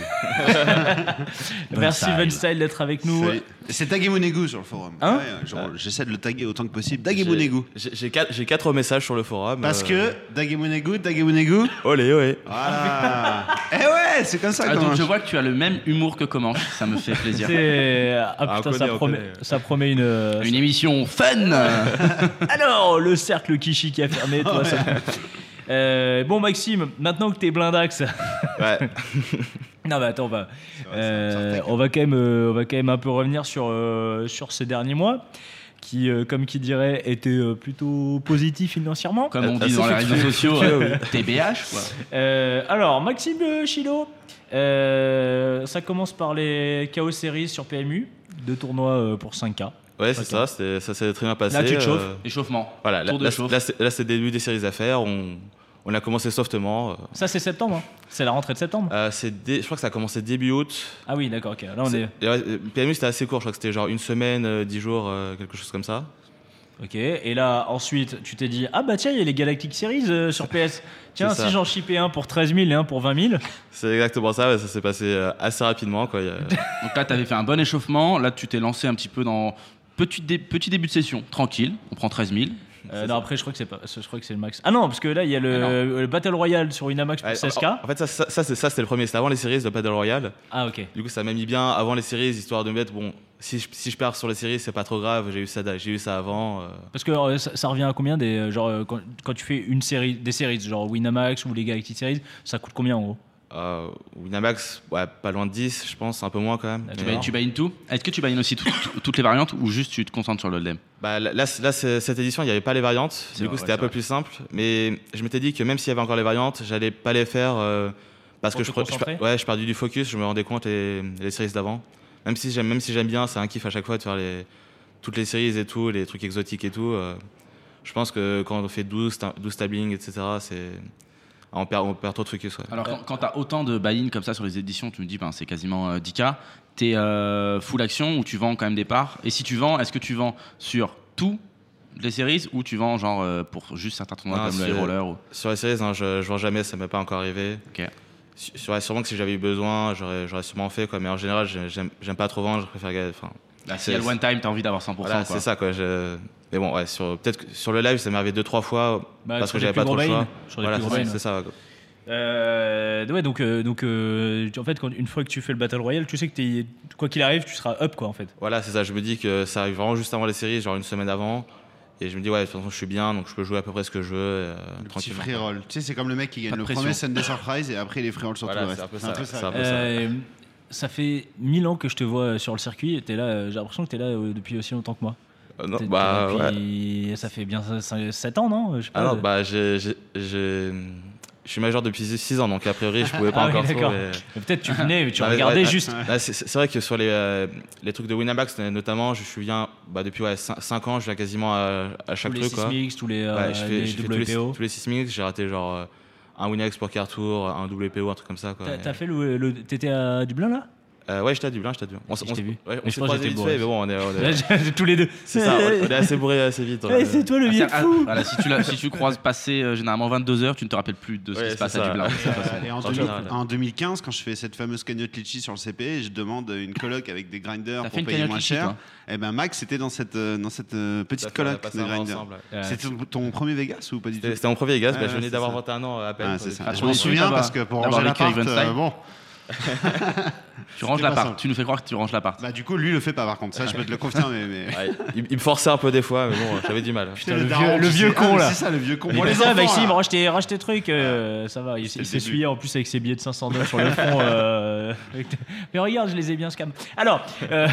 Merci Venstyle d'être avec nous. euh, C'est taguer Monegu sur le forum. Hein ouais, ah. J'essaie de le taguer autant que possible. Taguer Monegu. J'ai quatre, quatre, messages sur le forum. Parce euh... que taguer Monegu, taguer Monegu. Olé, olé. Voilà. eh ouais, c'est comme ça. Ah, donc je vois que tu as le même humour que Comanche. Ça me fait plaisir. Ah, putain, ah, ça, connaît, promet, ça, promet, une. euh, Une émission fun. Alors, le cercle Kishi qui a fermé, toi, ouais. ça... Euh, bon, Maxime, maintenant que t'es blindax. Ouais. non, mais attends, on va, vrai, euh, on, va quand même, euh, on va quand même un peu revenir sur, euh, sur ces derniers mois qui, euh, comme qui dirait, était euh, plutôt positif financièrement. Comme on dit dans les réseaux sociaux, TBH. Quoi. Euh, alors, Maxime Chilo, euh, ça commence par les KO Series sur PMU, deux tournois euh, pour 5K. Ouais, c'est ça, ça s'est très bien passé. euh, Là, tu te chauffes. Échauffement. Voilà, Tour là, là, là c'est début des séries à faire. On, on a commencé softement. euh, Ça, c'est septembre. hein. C'est la rentrée de septembre. euh, c'est dé- je crois que ça a commencé début août. Ah oui, d'accord. ok. Là, on est. C'est- et ouais, euh, PMU c'était assez court, je crois que c'était genre une semaine, euh, dix jours, euh, quelque chose comme ça. Ok. Et là, ensuite, tu t'es dit Ah bah tiens, il y a les Galactic Series euh, sur PS. Tiens, ça. si j'en chipais un pour 13 000 et un pour 20 000. C'est exactement ça, ouais, ça s'est passé euh, assez rapidement. Quoi. Il y a- Donc là, tu avais fait un bon échauffement. Là, tu t'es lancé un petit peu dans. Petit, dé- petit début de session, tranquille. On prend 13 000. Euh, non, après, je crois que c'est pas. Je crois que c'est le max. Ah non, parce que là, il y a le, euh, Ah le Battle Royale sur Unamax pour Ouais, en- 16K. En, en fait, ça, ça, ça, c'est- ça, c'était le premier, c'était avant les séries de Battle Royale. Ah ok. Du coup, ça m'a mis bien avant les séries, histoire de me mettre, bon, si je, si je perds sur les séries, c'est pas trop grave, j'ai eu ça, d'a- j'ai eu ça avant. euh. Parce que euh, ça, ça revient à combien des euh, genre euh, quand, quand tu fais une série des séries genre Winamax ou les Galactic Series, ça coûte combien en gros Euh, Winamax, ouais, pas loin de 10, je pense, un peu moins quand même. Ah, Tu, Mais- buy- tu buy in tout Est-ce que tu buy in aussi tout- tout- toutes les variantes ou juste tu te concentres sur le LDM Bah, là, là, c'est- là, c'est- cette édition, il n'y avait pas les variantes. C'est Du coup, vrai, c'était ouais, un peu c'est plus simple. Mais je m'étais dit que même s'il y avait encore les variantes, j'allais pas les faire euh, parce Pour que te je, pre- je concentrer per- ouais, je perdais du focus. Je me rendais compte les, les séries d'avant. Même si j'aime, même si j'aime bien, c'est un kiff à chaque fois de faire les, toutes les séries et tout, les trucs exotiques et tout. euh, je pense que quand on fait 12, ta- 12 tablings, etc., c'est ah, on perd, on perd trop de focus. ouais. Alors, quand, quand t'as autant de buy-in comme ça sur les éditions, tu me dis, ben, c'est quasiment euh, 10K. T'es euh, full action ou tu vends quand même des parts Et si tu vends, est-ce que tu vends sur tout les séries ou tu vends genre euh, pour juste certains tournois Non, comme le Ah, c'est- High Roller ou... Sur les séries, non, je, je vois jamais, ça m'est pas encore arrivé. Ok. Su- Sur, sûrement que si j'avais eu besoin, j'aurais, j'aurais sûrement fait. Quoi. Mais en général, j'ai- j'aime, j'aime pas trop vendre, je préfère. ga- Enfin, Là, si y a le one time, t'as envie d'avoir 100%. Ah, Voilà, quoi. c'est ça quoi. je- Mais bon, ouais, sur peut-être que sur le live, ça m'est arrivé deux trois fois Bah, parce sur que les j'avais plus pas trop le gros choix. buy-in, sur les Voilà, plus gros c'est buy-in, c'est ça. quoi. Euh, ouais donc euh, donc euh, tu- en fait quand, une fois que tu fais le Battle Royale, tu sais que t'es- quoi qu'il arrive, tu seras up quoi en fait. Voilà, c'est ça. Je me dis que ça arrive vraiment juste avant les séries, genre une semaine avant, et je me dis ouais, de toute façon, je suis bien, donc je peux jouer à peu près ce que je veux euh, Le petit tranquillement. free roll. Tu sais, c'est comme le mec qui gagne Pas de le pression. premier Sunday Surprise et après les free rolls sur Voilà, tout le c'est reste. un peu C'est ça. C'est un peu ça. Euh, ça fait 1000 ans que je te vois euh, sur le circuit. et t'es là, euh, j'ai l'impression que t'es là euh, depuis aussi longtemps que moi. Euh, non, T'es- t'es bah là ouais. depuis- Ça fait bien 7 ans non Je sais Ah pas, non, euh. bah j'ai, j'ai- j'ai- je suis majeur depuis 6 ans, donc a priori, je pouvais pas Ah oui, encore trop. d'accord. mais- Mais Peut-être tu venais, mais tu Bah, ouais, regardais ouais, juste. Là, c'est- c'est c'est vrai que sur les, euh, les trucs de Winamax, euh, notamment, je suis bien bah, depuis 5 ans, je viens quasiment à, à chaque tous les truc. quoi. Sismix, tous les, euh, Ouais, je fais, les je fais tous, les, WPO. tous les 6 minutes, j'ai raté genre euh, un Winamax pour quart tour, un WPO, un truc comme ça. Quoi. T'as Et- t'as fait le, le- t'étais à Dublin là Euh, ouais, j'étais à Dublin, j'étais à Dublin. On, s- Je on t'ai s- vu. ouais, Mais on je s'est pense que croisés j'étais vite bourré. fait, mais bon, on est, on est- Tous les deux. c'est ça, on, on est assez bourré assez vite. Ouais, ouais. c'est toi le Ah, vieux c'est- ah, fou. voilà, si tu, la- si tu croises passer euh, généralement 22 heures, tu ne te rappelles plus de ce Ouais, qui se c'est passe à ça. Dublin. Et en, En 2000 général. en 2015, quand je fais cette fameuse cagnotte litchi sur le CP, je demande une coloc avec des grinders T'as fait pour une payer cagnotte moins litchi, cher. toi Et ben Max, c'était dans cette, euh, dans cette euh, Ça petite fait- on a coloc passé de un moment grinders. ensemble, ouais. C'était ton- ton premier Vegas ou pas du tout C'était c'était mon premier Vegas, bah, Ouais, je venais c'est d'avoir ça. 21 ans à peine. Ah, quoi, c'est des ça. trucs Je comme m'en ça. souviens D'avoir- parce que pour d'avoir ranger avec Harry l'appart, euh, Weinstein. bon, Tu ranges C'était pas l'appart. simple. Tu nous fais croire que tu ranges l'appart. bah du coup lui le fait pas par contre, ça je peux te le confirmer. Mais... comme ça. Ouais, il, il me forçait un peu des fois, mais bon, j'avais du mal. Putain, le daron vieux- qui le vieux sait- con, Ah, mais là. C'est ça le vieux con. Il Bon, est les ça, enfants, Maxime, là. range tes, range tes trucs. euh, ça va, il, C'était il le début. s'essuyait en plus avec ses billets de 500 dollars sur le front. euh, avec- Mais regarde, je les ai bien scam. Alors, euh,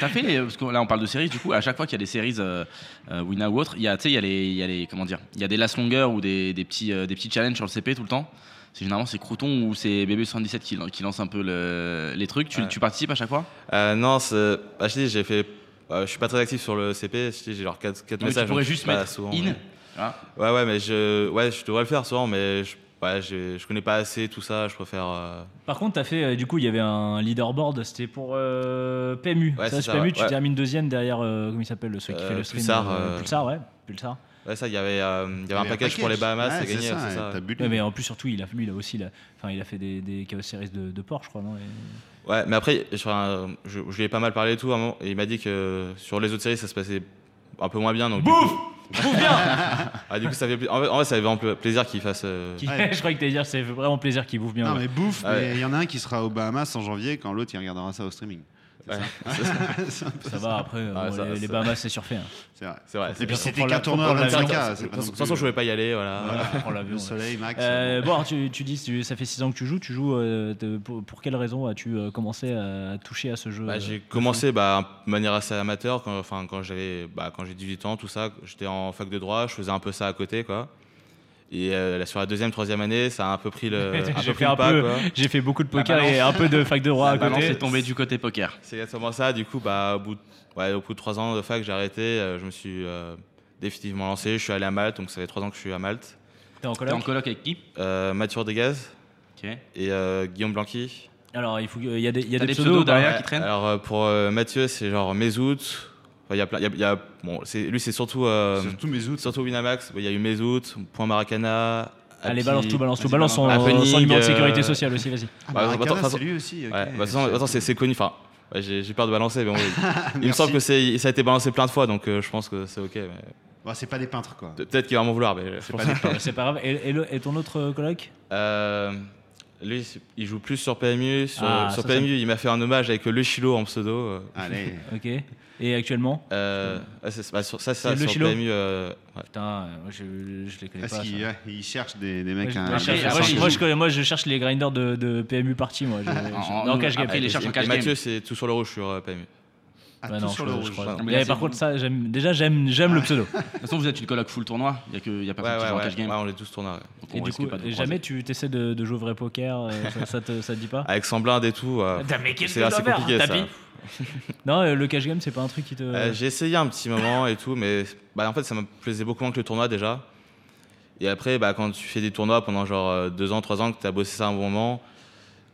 T'as fait les- parce que là on parle de séries du coup à chaque fois qu'il y a des séries euh, euh, Wina ou autre il y a tu sais il y a les il y a les comment dire il y a des last longueurs ou des, des petits euh, des petits challenges sur le CP tout le temps c'est généralement c'est Crouton ou c'est bébé 77 qui, lan- qui lance un peu le- les trucs tu, Ouais. tu participes à chaque fois Euh, non, c'est- bah, je dis, j'ai fait. euh, je suis pas très actif sur le CP, je dis, j'ai genre 4, Mais messages. tu pourrais donc je juste suis pas mettre souvent, in mais- Voilà. Ouais, ouais, mais je, ouais, je devrais le faire souvent, mais je, ouais, j'ai- je connais pas assez tout ça. Je préfère. euh, par contre, t'as fait, euh, du coup, il y avait un leaderboard, c'était pour euh, PMU. Ouais, ça, c'est sur ça, PMU, ouais. tu Ouais. termines deuxième derrière, euh, comment il s'appelle, celui qui Euh, fait le stream Pulsar, euh, euh, Pulsar, ouais, Pulsar. Ouais, ça, il y avait, euh, il y avait un package, pour les Bahamas, Ouais, à gagner, ça, c'est ça. t'as bu le- Ouais, mais en plus, surtout, il a, lui, il a aussi, la- enfin, il a fait des, des Chaos Series de, de Porsche, je crois, non Et- Ouais, mais après, sur un- je, je lui ai pas mal parlé et tout, vraiment, et il m'a dit que sur les autres séries, ça se passait un peu moins bien. Donc, Bouf ah, Du coup, ça fait, pla- en, vrai, en vrai, ça fait vraiment pla- plaisir qu'il fasse. euh, qui- Ouais. je croyais que t'allais dire, c'est vraiment plaisir qu'il bouffe bien. Non ouais. mais bouffe, Ouais. mais il y en a un qui sera aux Bahamas en janvier quand l'autre il regardera ça au streaming. ouais. C'est un peu Ça va, après, euh, Ah, bon, ça- les, ça- les Bahamas, c'est surfait. hein. C'est vrai. C'est Et vrai. c'est- puis bien, c'était faut qu'un prendre tournoi à la- faut prendre 25K. De c'est pas non toute plus- euh, façon, je voulais pas y aller, voilà. Voilà, on l'a vu, Le ouais. soleil, Max. Euh, bon, alors, tu, tu dis, tu- ça fait 6 ans que tu joues, tu joues, euh, de- pour, pour quelle raison as-tu euh, commencé à toucher à ce jeu Bah, euh, j'ai commencé bah, de manière assez amateur quand, enfin, quand j'avais bah, quand j'ai 18 ans, tout ça. J'étais en fac de droit, je faisais un peu ça à côté. Quoi. Et euh, là, sur la deuxième, troisième année, ça a un peu pris le, euh, un peu J'ai fait pris un le pas. peu- quoi. J'ai fait beaucoup de poker balance. et un peu de fac de droit à Maintenant côté. c'est tombé du côté poker C'est exactement ça. Du coup, bah, au, bout de, ouais, au bout de trois ans de fac, j'ai arrêté. euh, je me suis euh, définitivement lancé. Je suis allé à Malte, donc ça fait trois ans que je suis à Malte. T'es en T'es en colloque coloc avec qui Euh, Mathieu Degaz Ok. et euh, Guillaume Blanqui. Alors, il faut, il y a des, il y a T'as des des pseudos, pseudos ou pas derrière qui traînent Alors euh, pour euh, Mathieu, c'est genre Mezout. Enfin, il y a plein. il y a- il y a- bon, c'est- lui, c'est surtout. euh, Surtout mes autres. surtout Winamax. bah, Il y a eu Mezout, Point Maracana. Allez, Happy. balance tout, balance tout, Vas-y, balance en, balance. Happening, sans numéro de euh, sécurité sociale aussi, vas-y. Ah, Bah, Maracana, attends, attends. c'est lui aussi. ok. Ouais, bah, de toute façon- de toute façon, c'est c'est connu. Enfin, ouais, j'ai j'ai peur de balancer, mais bon, il, il me Merci. semble que c'est- ça a été balancé plein de fois, donc euh, je pense que c'est ok. mais- Bon, c'est pas des peintres, quoi. Pe- Peut-être qu'il va m'en vouloir, mais je C'est pense pas des que- peintres. C'est pas grave. Et, et le- et ton autre euh, coloc Euh, lui, il joue plus sur PMU. Sur, Ah, sur ça, ça- PMU, il m'a fait un hommage avec le Chilo en pseudo. euh. Allez. Ok. Et actuellement Euh, ah, c'est- bah, sur- ça, c'est Mm. C'est ça, le sur Chilo PMU. euh, ouais. Putain, euh, moi, je, je les connais Parce pas. qu'il ça. ouais, il cherche des, des Moi, mecs. je- hein, moi, je Après, cherche- moi, à je- après, moi, Saint-Denis. je connais- moi, je cherche les grinders de, de PMU party, moi. Je, En- je- non, en- cash game. après, il les cherche en Et- cash et game. Mathieu, c'est tout sur le rouge sur euh, PMU. Ah, Ouais, tout non, je- sur le je rouge. crois- Non, mais Mais là, par c'est- contre, ça, j'aime- déjà, j'aime j'aime le pseudo. De toute façon, vous êtes une coloc full tournoi. Il n'y a, que- il y a Ouais, personne qui ouais, joue en ouais, cash game. ouais, on est tous tournés. ouais. Donc, on Et du risque coup, euh, pas de croiser. jamais tu t'essaies de, de jouer au vrai poker, euh, ça, ça te, ça te dit pas Avec sans blinde et tout. euh, Putain, mais qu'est-ce c'est que assez je dois faire compliqué, ça. Tapis Non, euh, le cash game, c'est pas un truc qui te. Euh, J'ai essayé un petit moment et tout, mais bah, en fait, ça me plaisait beaucoup moins que le tournoi déjà. Et après, bah, quand tu fais des tournois pendant genre euh, deux ans, trois ans, que tu as bossé ça un bon moment,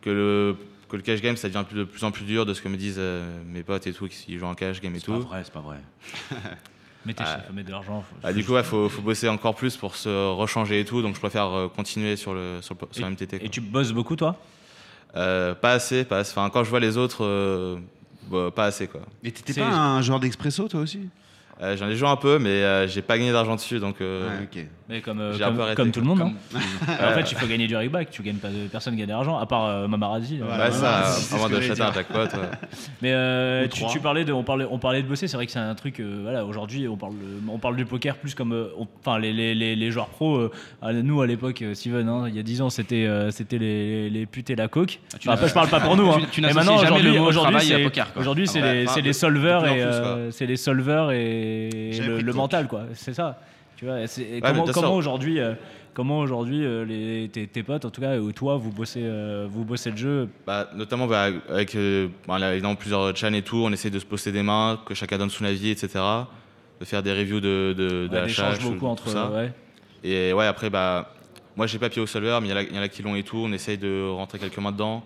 que le, que le cash game, ça devient de plus en plus dur de ce que me disent euh, mes potes et tout, qui jouent en cash game et C'est pas tout. vrai, c'est pas vrai. mets tes ah. chiffres, mets de l'argent. faut- Ah, du coup, il faut, faut bosser encore plus pour se rechanger et tout, donc je préfère euh, continuer sur le, sur le, sur le MTT. Et quoi. tu bosses beaucoup, toi Euh, pas assez, pas assez. Enfin, quand je vois les autres, euh, bah, pas assez quoi. Mais t'étais C'est- pas un joueur d'expresso, toi aussi Euh, J'en ai joué un peu, mais euh, j'ai pas gagné d'argent dessus, donc euh, Ouais, ok. Mais comme, euh, J'ai un comme, peu arrêté, comme tout le monde, Comme- non En fait, il faut gagner du rigback, tu gagnes pas de, personne gagne de l'argent, à part euh, Mamarazzi. euh, Voilà. Ouais, Bah, ça, c'est- c'est avant ce que de j'allais chatter un jackpot. ouais. Mais euh, Ou tu, trois. tu parlais de, on parlait, on parlait de bosser. C'est vrai que c'est un truc. euh, voilà, aujourd'hui, on parle, euh, on parle du poker plus comme, euh, on- enfin, les, les, les, les joueurs pros. euh, à- nous à l'époque, euh, Steven, hein, il y a 10 ans, c'était, euh, c'était les, les putes et la coke. tu Enfin, après, n'as- je parle pas pour nous. Hein. tu- tu Mais n'associes maintenant, jamais aujourd'hui, le mot aujourd'hui, travail à c'est- poker, quoi. Aujourd'hui, c'est Ah ouais, les, enfin, c'est de- les solveurs de plus en et, plus, quoi. euh, c'est les solveurs et J'ai le, appris le le mental, quoi. C'est ça. Tu vois, c'est- et mais comment, bien comment sûr. aujourd'hui, euh, comment aujourd'hui euh, les- tes, tes potes, en tout cas, ou toi, vous bossez, euh, vous bossez le jeu. Bah, notamment bah, avec euh, bon, là, évidemment, plusieurs chans et tout, on essaie de se poster des mains, que chacun donne son avis, etc. De faire des reviews de, de, de Ouais, la d'échanges chasse, beaucoup tout entre. ça. ouais. Et ouais, après, bah, moi j'ai pas pied au solver, mais il y en a- il y, en a qui l'ont et tout, on essaye de rentrer quelques mains dedans.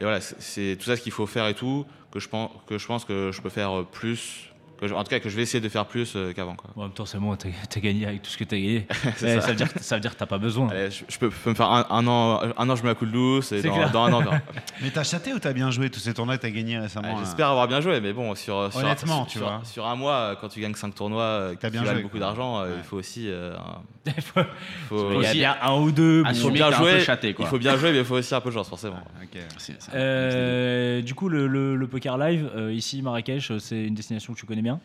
Et voilà, c'est- c'est tout ça ce qu'il faut faire et tout, que je pense que je, pense que je peux faire euh, plus, que je- en tout cas que je vais essayer de faire plus euh, qu'avant. quoi. Bon, en même temps, c'est bon, t'as t'as gagné avec tout ce que t'as gagné. C'est Eh, ça. ça. veut dire, ça veut dire que t'as pas besoin. Allez, je, je peux, je peux me faire un, un an, un an, je me la coule douce, et C'est dans, clair. dans un an, on verra. Mais t'as chaté ou t'as bien joué tous ces tournois que t'as gagné Ouais, récemment euh là Ah, J'espère avoir bien joué, mais bon, sur, sur, Honnêtement, sur, tu sur- vois. sur un mois, euh, quand tu gagnes 5 tournois euh, qui T'as bien valent joué, beaucoup quoi. d'argent, euh, Ouais. il faut aussi. euh, un- Il faut- faut- il y a aussi- bien un ou deux. bon. il faut assumer bien que t'es un peu jouer, chaté, quoi. il faut bien jouer, mais il faut aussi un peu de chance, forcément. Ok. C'est- c'est- Euh, du coup, le, le- le poker live, euh, ici, Marrakech, euh, c'est une destination que tu connais bien.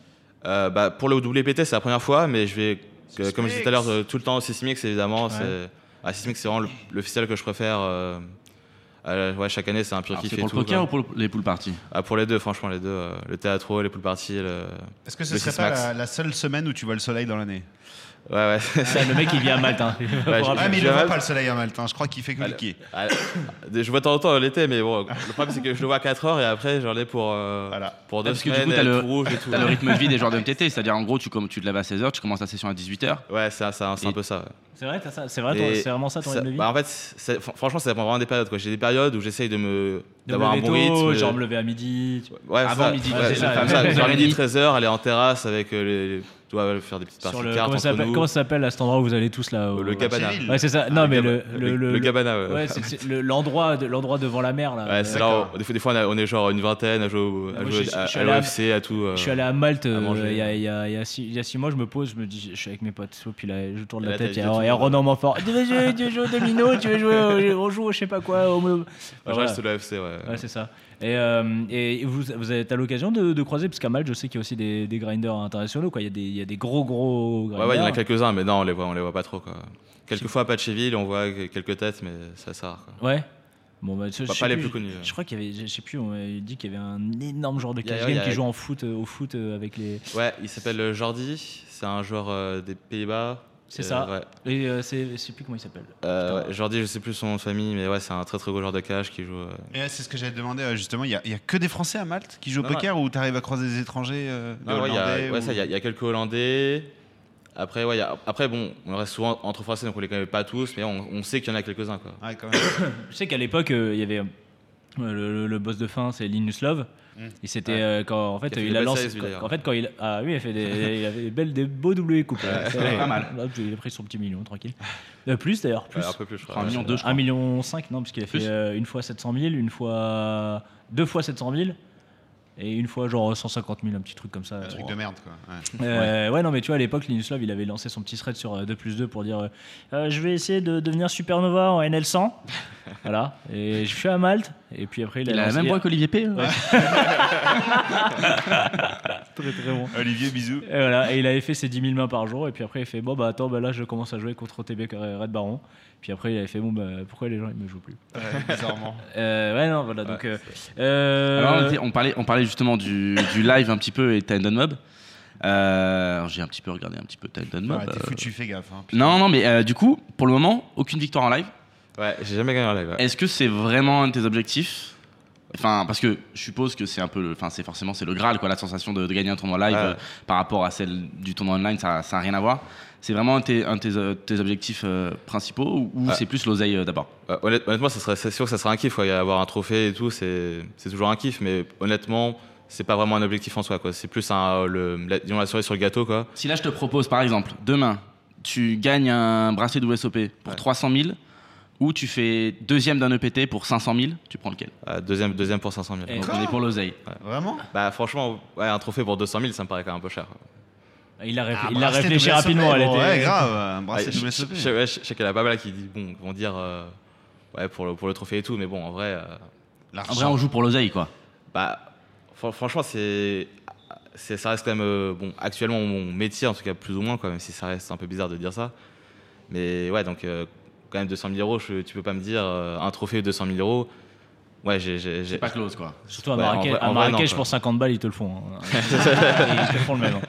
Euh, bah, pour le WPT, c'est la première fois, mais je vais, que- comme je disais tout à l'heure, euh, tout le temps au Sismix, évidemment. c'est Ah, Sismix, c'est vraiment le, le festival que je préfère. euh, euh, ouais, chaque année, c'est un pur Alors, kiff Ah, C'est et pour le tout, poker quoi. ou pour le- les pool parties Ah, Pour les deux, franchement, les deux. euh, le théâtre, les pool parties. Le... Est-ce que ce Le serait six pas max. la, la seule semaine où tu vois le soleil dans l'année Ouais, ouais. Ça, le mec, il vient à Malte. hein. Faut je- Ah, rappeler. mais il ne voit Gérald- pas le soleil en Malte. hein. Je crois qu'il fait que le Allez. kier. Ah, je vois de temps en temps l'été, mais bon, le problème c'est que je le vois à 4 heures et après j'en ai pour, euh, Voilà. pour deux Parce que du semaines, coup, t'as elle est le- tout rouge et tout. T'as le rythme de vie des joueurs de MTT, c'est-à-dire en gros, tu, comme, tu te lèves à 16h, tu commences la session à 18h. Ouais, c'est ça, c'est un Et- peu ça. ouais. C'est vrai, t'as ça- c'est vrai, ton- Et c'est vraiment ça ton rythme de vie. bah, En fait, c'est- fr- franchement, ça dépend vraiment des périodes. quoi. J'ai des périodes où j'essaye de me De d'avoir un me bon lever tôt, rythme. euh, Genre me lever à midi. tu vois. Ouais, Avant ça, midi, ouais, ouais, c'est c'est ça. comme ça. Genre Ouais. midi 13h, aller en terrasse avec euh, les. Tu vois, faire des petites Sur parties le, de comment cartes ça entre s'appelle- nous. comment ça s'appelle là, cet endroit où vous allez tous là au- Le cabana. Cheville. Ouais, c'est ça. Non, Ah, mais le le, gab- le, le- cabana, ouais. ouais, c'est- c'est le- l'endroit de- l'endroit devant la mer là. Ouais, c'est là, D'accord. on- des fois, des fois, on a- on est genre une vingtaine à jouer, au- à Moi, jouer je- je à, suis à allé à- l'OFC, à tout. euh, Je suis allé à Malte euh, il manger. y, a, il y a- il y a six, il y a six mois, je me pose, je me dis, je suis avec mes potes, so, puis là, je tourne Et la là, tête, il t'as y vu a- tout il y a le monde. Ronan Manfort, tu veux jouer, tu veux jouer au domino, tu veux jouer, au- on joue, au je sais pas quoi. au- Enfin, Enfin, je voilà. reste l'OFC, ouais. Ouais, c'est ça. Et, euh, et vous, vous avez t'as l'occasion de, de croiser, parce qu'à Malte, je sais qu'il y a aussi des, des grinders internationaux, quoi. Il y, a des- il y a des gros, gros Ouais, grinders. ouais, il y en a quelques-uns, mais non, on les voit, on les voit pas trop. Quoi. Quelquefois à Patcheville, on voit que- quelques têtes, mais ça sert. Quoi. Ouais. Bon, bah, je- je Pas- sais pas les plus connus, euh. Je crois qu'il y avait, je sais plus, on m'a dit qu'il y avait un énorme joueur de Il y a- cash il y game a- qui joue en foot, euh, au foot euh, avec les. Ouais, il s'appelle euh, Jordi, c'est un joueur euh, des Pays-Bas. C'est Euh, ça. ouais. Et euh, c'est, je sais plus comment il s'appelle. Euh, ouais, Jordi, je sais plus son nom de famille, mais ouais, c'est un très très gros joueur de cash qui joue. euh, Et ouais, c'est ce que j'avais demandé euh, justement. Il y, a- il y a que des Français à Malte qui jouent au Non, poker ou t'arrives à croiser des étrangers euh, des Non, ouais, il y a- Hollandais ouais, ou- ça, il y, a- il y a quelques Hollandais. Après, ouais, y a- après, bon, on reste souvent entre Français, donc on les connaît pas tous, mais on, on sait qu'il y en a quelques-uns. Quoi. Ouais, quand même. Je sais qu'à l'époque, euh, il y avait euh, le, le- le boss de fin, c'est Linus Love. Mm. Il s'était euh, quand en fait Il Mmh. a fait il des a belles lancé séries, lui, quand- d'ailleurs. en fait quand il ah oui il a fait des, il avait des belles des beaux W coupes pas mal. ah, il a pris son petit million tranquille Euh, plus d'ailleurs plus Ouais, un peu plus, je crois. Un million deux, je crois. 1 million 5 non parce qu'il a fait Plus euh, une fois 700 000 une fois deux fois 700 000 et une fois genre 150 000 un petit truc comme ça Un truc de merde, quoi. Ouais. euh, ouais. non, mais tu vois, à l'époque, Linus Love, il avait lancé son petit thread sur euh, 2 plus 2 pour dire euh, Euh, Je vais essayer de devenir supernova en NL100. voilà. Et je suis à Malte. Et puis après, il a, Il a la lancé- même voix qu'Olivier P. hein. Très, très bon. Olivier, bisous. Et voilà, et il avait fait ses 10 000 mains par jour, et puis après il fait Bon, bah attends, bah là je commence à jouer contre TB Red Baron. Puis après il avait fait Bon, bah pourquoi les gens ils me jouent plus bizarrement. Euh, Ouais, non, voilà, donc. euh, euh, Alors, on, était- on parlait, on parlait justement du, du live un petit peu et Tendon Mob. Euh, alors, J'ai un petit peu regardé un petit peu Tendon Mob. Ouais, t'es euh, foutu, fais gaffe. hein, putain. Non, non, mais euh, du coup, pour le moment, aucune victoire en live. Ouais, j'ai jamais gagné en live. ouais. Est-ce que c'est vraiment un de tes objectifs Enfin, parce que je suppose que c'est un peu, le- enfin, c'est forcément c'est le graal quoi, la sensation de, de gagner un tournoi live Ouais. euh, par rapport à celle du tournoi online, ça, ça a rien à voir. C'est vraiment un de tes, un de tes, euh, tes objectifs euh, principaux ou, ou Ouais. c'est plus l'oseille euh, d'abord Ouais, honnête- Bah, honnêtement, ça serait, c'est sûr que ça serait un kiff. Quoi. Y a- Avoir un trophée et tout, c'est, c'est toujours un kiff, mais honnêtement, c'est pas vraiment un objectif en soi. Quoi. C'est plus un, le, la, disons, la cerise sur le gâteau. Quoi. Si là je te propose par exemple demain, tu gagnes un bracelet WSOP pour Ouais. 300 000 ou tu fais deuxième d'un EPT pour 500 000, tu prends lequel Euh, deuxième, deuxième pour 500 000. Et- Donc Quoi on est pour l'oseille. Vraiment Bah, franchement, ouais, un trophée pour 200 000, ça me paraît quand même un peu cher. quoi. Il a, réfl- Ah, il a bracelet réfléchi WSOP, rapidement, elle bon, était. Ouais, grave, hein. un Ouais, bracelet je, je- WSOP. je- ouais, je- je sais qu'il y en a pas mal qui disent, bon, vont dire euh, ouais, pour, le, pour le trophée et tout, mais bon, en vrai, euh, En vrai, on L'argent. joue pour l'oseille quoi. bah, fran- franchement, c'est, c'est, ça reste quand même, euh, bon, actuellement mon métier, en tout cas plus ou moins, quoi, même si ça reste un peu bizarre de dire ça. Mais ouais, donc euh, quand même 200 000 euros, je- tu peux pas me dire euh, un trophée 200 000 euros. Ouais, j'ai. j'ai- j'ai- C'est pas close quoi. Surtout à Ouais, en Marrakech, vrai- à en vrai, non, Marrakech, quoi. pour 50 balles, ils te le font. hein. ils te font le même. hein.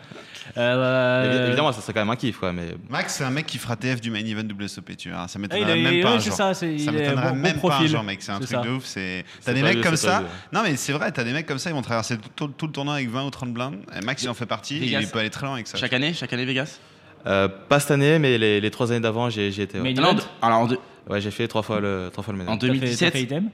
Euh, Évi- euh, Évidemment, ça serait quand même un kiff, quoi, mais Max, c'est un mec qui fera TF du main event WSOP, tu vois. ah, Ça il m'étonnerait a- même pas. ouais, un c'est jour. ça, c'est- il Ça est m'étonnerait bon- même bon pas un profil. jour, mec. C'est un C'est truc ça. de ouf. c'est- pas T'as des vieux, mecs c'est comme pas ça. vieux. Non, mais c'est vrai, t'as des mecs comme ça, ils vont traverser tout, tout le tournoi avec 20 ou 30 blindes. Et Max, il en fait partie. Les gars, Il peut aller très loin avec ça. Chaque année, chaque année Vegas euh, pas cette année, mais les, les trois années d'avant, j'y j'y étais. Ouais, Mais- Main Non, event de- alors en, de- Ouais, j'ai fait trois fois le, trois fois le en ménage. t'as fait- t'as 2017, fait item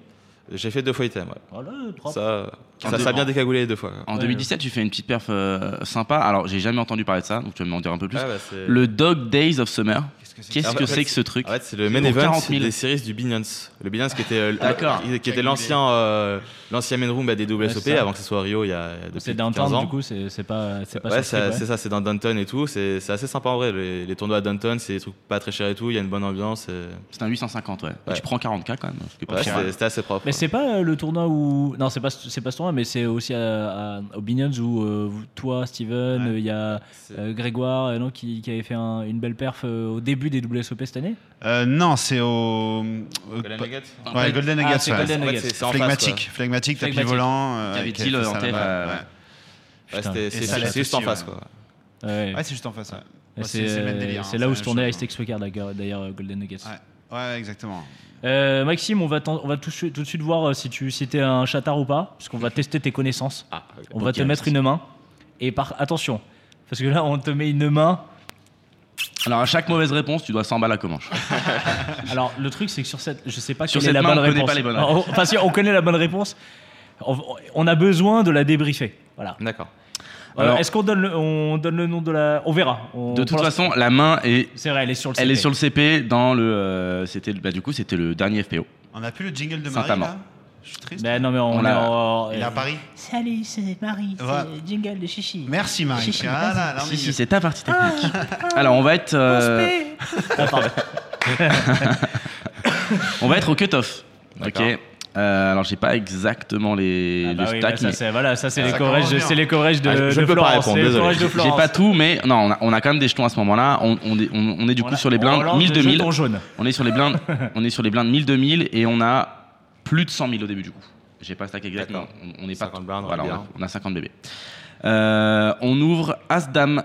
J'ai fait deux fois item, ouais. Voilà, propre. Ça, Quand ça, tu- ça a bien décagoulé les deux fois. quoi. en Ouais. 2017, tu fais une petite perf euh, sympa. Alors j'ai jamais entendu parler de ça, donc tu vas m'en dire un peu plus. Ah, bah, c'est- Le Dog Days of Summer. Qu'est-ce que c'est Qu'est-ce Ah, que bah, c'est que ce truc En fait, c'est le main Pour event 40 000. des séries du Binions. Le Binions qui était, euh, le- D'accord. qui, qui était l'ancien, euh, l'ancien main room bah, des WSOP Ouais, c'est ça. avant que ce soit à Rio il y a depuis C'est 15 downtown, ans. du coup, c'est c'est pas. C'est pas ouais, sur le c'est truc, c'est ça, c'est dans Downton et tout. C'est c'est assez sympa en vrai. Les, les tournois à Downton, c'est des trucs pas très chers et tout. Il y a une bonne ambiance. et- C'est un 850, ouais. Et Ouais. Tu prends 40K quand même. ce qui est pas Ouais, cher. c'était- c'était assez propre. Mais c'est pas euh, le tournoi où. Non, c'est pas, ce- c'est pas ce tournoi, mais c'est aussi à, à- au Binions où euh, vous- toi, Steven, Ouais. euh, il y a C'est- euh, Grégoire euh, non, qui, qui avait fait un- une belle perf euh, au début des WSOP cette année. Euh, Non, c'est au. au- Golden Nugget Enfin, Ouais, Golden Ah, Nuggets. c'est ouais. euh, Golden En fait, Nuggets. c'est- c'est en face, Flegmatique, flegmatique, tapis Flegmatique. volant. euh, T'avais avec- dit le- c'est ça, en là-bas, TF, euh, ouais. quoi. Ouais, Putain. c'était- Et ça, C'est la c'est juste en Toshi, face. ouais. quoi. euh, Ouais. Ouais, c'est juste en face. ouais. Et Ouais, c'est C'est c'est le même délire. euh, hein, c'est là où la se même tournait Ice chose. hein. Tex Wacker d'ailleurs, d'ailleurs, euh, Golden Nuggets. Ouais. Ouais, exactement. Euh, Maxime, on va, t'en- on va tout, de suite- tout de suite voir euh, si tu si t'es un chatard ou pas, puisqu'on va tester tes connaissances. Ah, ok. On va te mettre une main. Et par attention, parce que là, on te met une main. Alors à chaque mauvaise réponse, tu dois 100 balles à Comanche. Alors, le truc, c'est que sur cette. Je sais pas Sur quelle est cette la main, bonne on connaît réponse. pas les bonnes Alors, on- Enfin, si, on connaît la bonne réponse. On, on a besoin de la débriefer. Voilà. D'accord. Alors, Alors- est-ce qu'on donne, le- on donne le nom de la. On verra. On- De toute pour façon, la main est. l'instant- C'est vrai, elle est sur le Elle est CP. sur le CP dans le. euh, c'était le- bah, du coup, c'était le dernier FPO. On a plus le jingle de Marie, Saint-Amand. là Je suis triste. Mais Ben non, mais on, On est l'a- en- euh, Il est à Paris. Salut, c'est Marie, c'est Ouais. le jingle de Chichi. Merci, Marie. Chichi, Ah, là, là, on est Si, si, mieux. c'est ta partie technique. Alors on va être. euh, Ah, pardon. on va être au cut-off. Ok. D'accord. Euh, alors j'ai pas exactement les Ah bah le oui, stack, bah ça, mais- c'est voilà, ça c'est les ça corrèges, commence de- bien. c'est les corrèges de, Ah, je- de je peux pas Florence. répondre, c'est les désolé. corrèges de j'ai Florence. pas tout, mais non, on a, on a quand même des jetons à ce moment-là. On, on est- on- on est du coup On a- sur les on blindes lance des 1000, 2000. jetons jaunes. On est sur les blindes, on est sur les blindes 1000, 2000 et on a plus de 100 000 au début du coup. J'ai pas le stack exact, mais D'accord. on, on est pas 50 blindes, voilà, on, bien. a, on a 50 bébés. Euh, on ouvre As Dame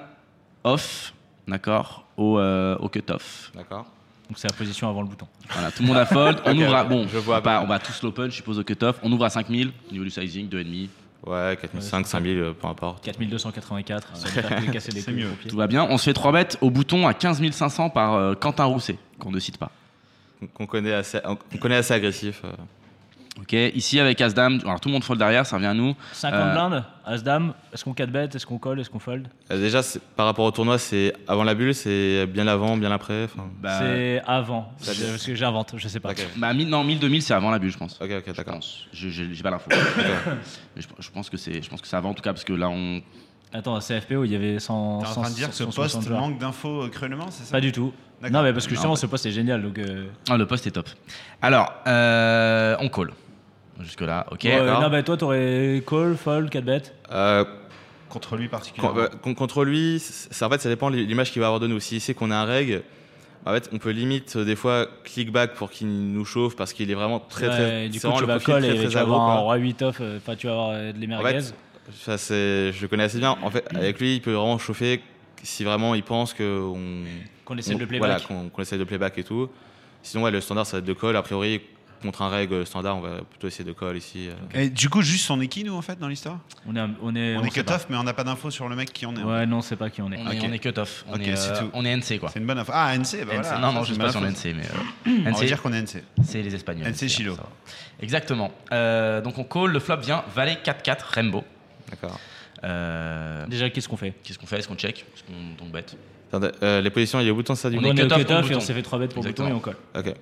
off, d'accord, au, euh, au cut-off. D'accord. Donc c'est la position avant le bouton. Voilà, tout le monde a fold. On Ok, ouvre à, ok, bon, je vois on va- on va tous l'open, je suppose au cut-off. On ouvre à 5000 au niveau du sizing, 2,5. Ouais, 4500, 5000, euh, peu importe. 4284, ça va me faire casser des C'est couilles mieux. au pied. Tout va bien. On se fait 3 bêtes au bouton à 15 500 par euh, Quentin Rousset, qu'on ne cite pas. Qu'on connaît assez, qu'on connaît assez agressif. euh. Ok, ici avec Asdam, alors tout le monde fold derrière, ça revient à nous. 50 Euh, blindes, As-Dame, est-ce qu'on 4 bêtes, est-ce qu'on colle, est-ce qu'on fold Euh, Déjà, c'est- par rapport au tournoi, c'est avant la bulle, c'est bien l'avant, bien l'après. enfin. Bah, C'est avant, ça Je- dé- parce que j'invente, je sais pas. Ok, bah, mille- non, 1000, 2000, c'est avant la bulle, je pense. ok, ok, Je d'accord. pense. Je- J'ai j'ai pas l'info. D'accord. Mais je, je pense que c'est je pense que c'est avant, en tout cas, parce que là, on. Attends, à CFPO, il y avait 100. T'es en train de dire que ce 160 poste joueurs. manque d'infos euh, cruellement, c'est ça Pas du tout. D'accord. Non, mais parce que Non, justement, ouais. ce poste est génial. Donc, euh, Ah, le poste est top. Alors, euh, on call. Jusque-là, ok. Ouais, alors non, bah toi, t'aurais call, fold, 4 bêtes. Euh, Contre lui con- particulièrement. bah, con- contre lui, c'est- c'est- en fait, ça dépend de l'image qu'il va avoir de nous. Si c'est qu'on a un reg, en fait, on peut limite euh, des fois click back pour qu'il nous chauffe parce qu'il est vraiment très Ouais, très. et du c'est coup, vraiment tu le vas profil call très, et très tu vas agro, avoir un quoi. roi 8 off, euh, enfin, tu vas avoir euh, de les merguez. Ça, c'est- je le connais assez bien. En fait, avec lui, il peut vraiment chauffer si vraiment il pense qu'on qu'on essaie on- de le Voilà, playback. qu'on qu'on essaie de playback et tout. Sinon, ouais, le standard, ça va être de call. A priori, contre un reg standard, on va plutôt essayer de call ici. euh. Et du coup, juste on est qui nous en fait dans l'histoire On est, un- on est, On on est sait pas. cut-off, mais on n'a pas d'infos sur le mec qui on est. Ouais, non, c'est pas qui on est. Ah. On, est, Ok. on est cut-off. On, Ok, est, c'est euh, tout. on est NC, quoi. C'est une bonne info. Ah, NC, bah NC. voilà. non, non, je C'est ne une sais pas bonne sur le info. NC, mais. euh, On va NC, dire qu'on est NC. c'est les Espagnols. NC c'est Chilo. ça va. Exactement. Euh, donc, on call, le flop vient, valet 4-4, Rainbow. D'accord. Euh, Déjà, qu'est-ce qu'on fait Qu'est-ce qu'on fait Est-ce qu'on check Est-ce qu'on tombe bête Attendez, euh, les positions, il y a au bouton, ça, du On coup est On est cut-off cut pour off et bouton. on s'est fait 3 bêtes pour bouton Exactement. et on colle. Ok.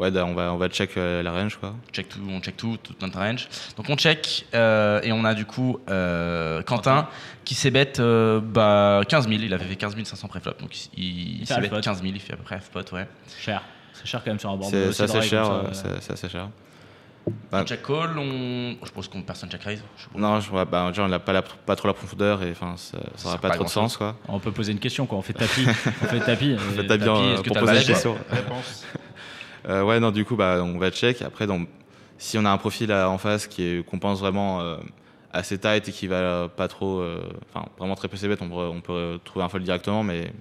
Ouais, bah, on va, on va check euh, la range, quoi. check tout, on check tout, toute notre range. Donc on check euh, et on a du coup euh, Quentin qui s'ébête euh, bah, 15 000. Il avait fait 15 500 préflop, donc il, il fait half s'ébête pot. 15 000, il fait à peu près half pot, ouais. Cher. C'est cher quand même sur un board. C'est aussi c'est assez doré cher. comme euh, ça. c'est- C'est assez cher. On check call, on... je pense qu'on personne check raise. Je sais pas. Ah. Non, je, ouais, bah, déjà, on n'a pas, la- pas trop la profondeur et enfin, Ça ça n'aura sert pas, pas trop de grand-chose. sens, quoi. On peut poser une question quoi. On fait tapis. on fait tapis. En fait, euh, t'as bien tapis, euh, est-ce que t'as proposé le la valet, question. Réponse. Euh, ouais, non, du coup, bah, on va check. Après, donc, si on a un profil à- en face qui est- qu'on pense vraiment euh, assez tight et qui va euh, pas trop, euh, enfin, vraiment très peu ses bêtes, on peut, on peut euh, trouver un fold directement, mais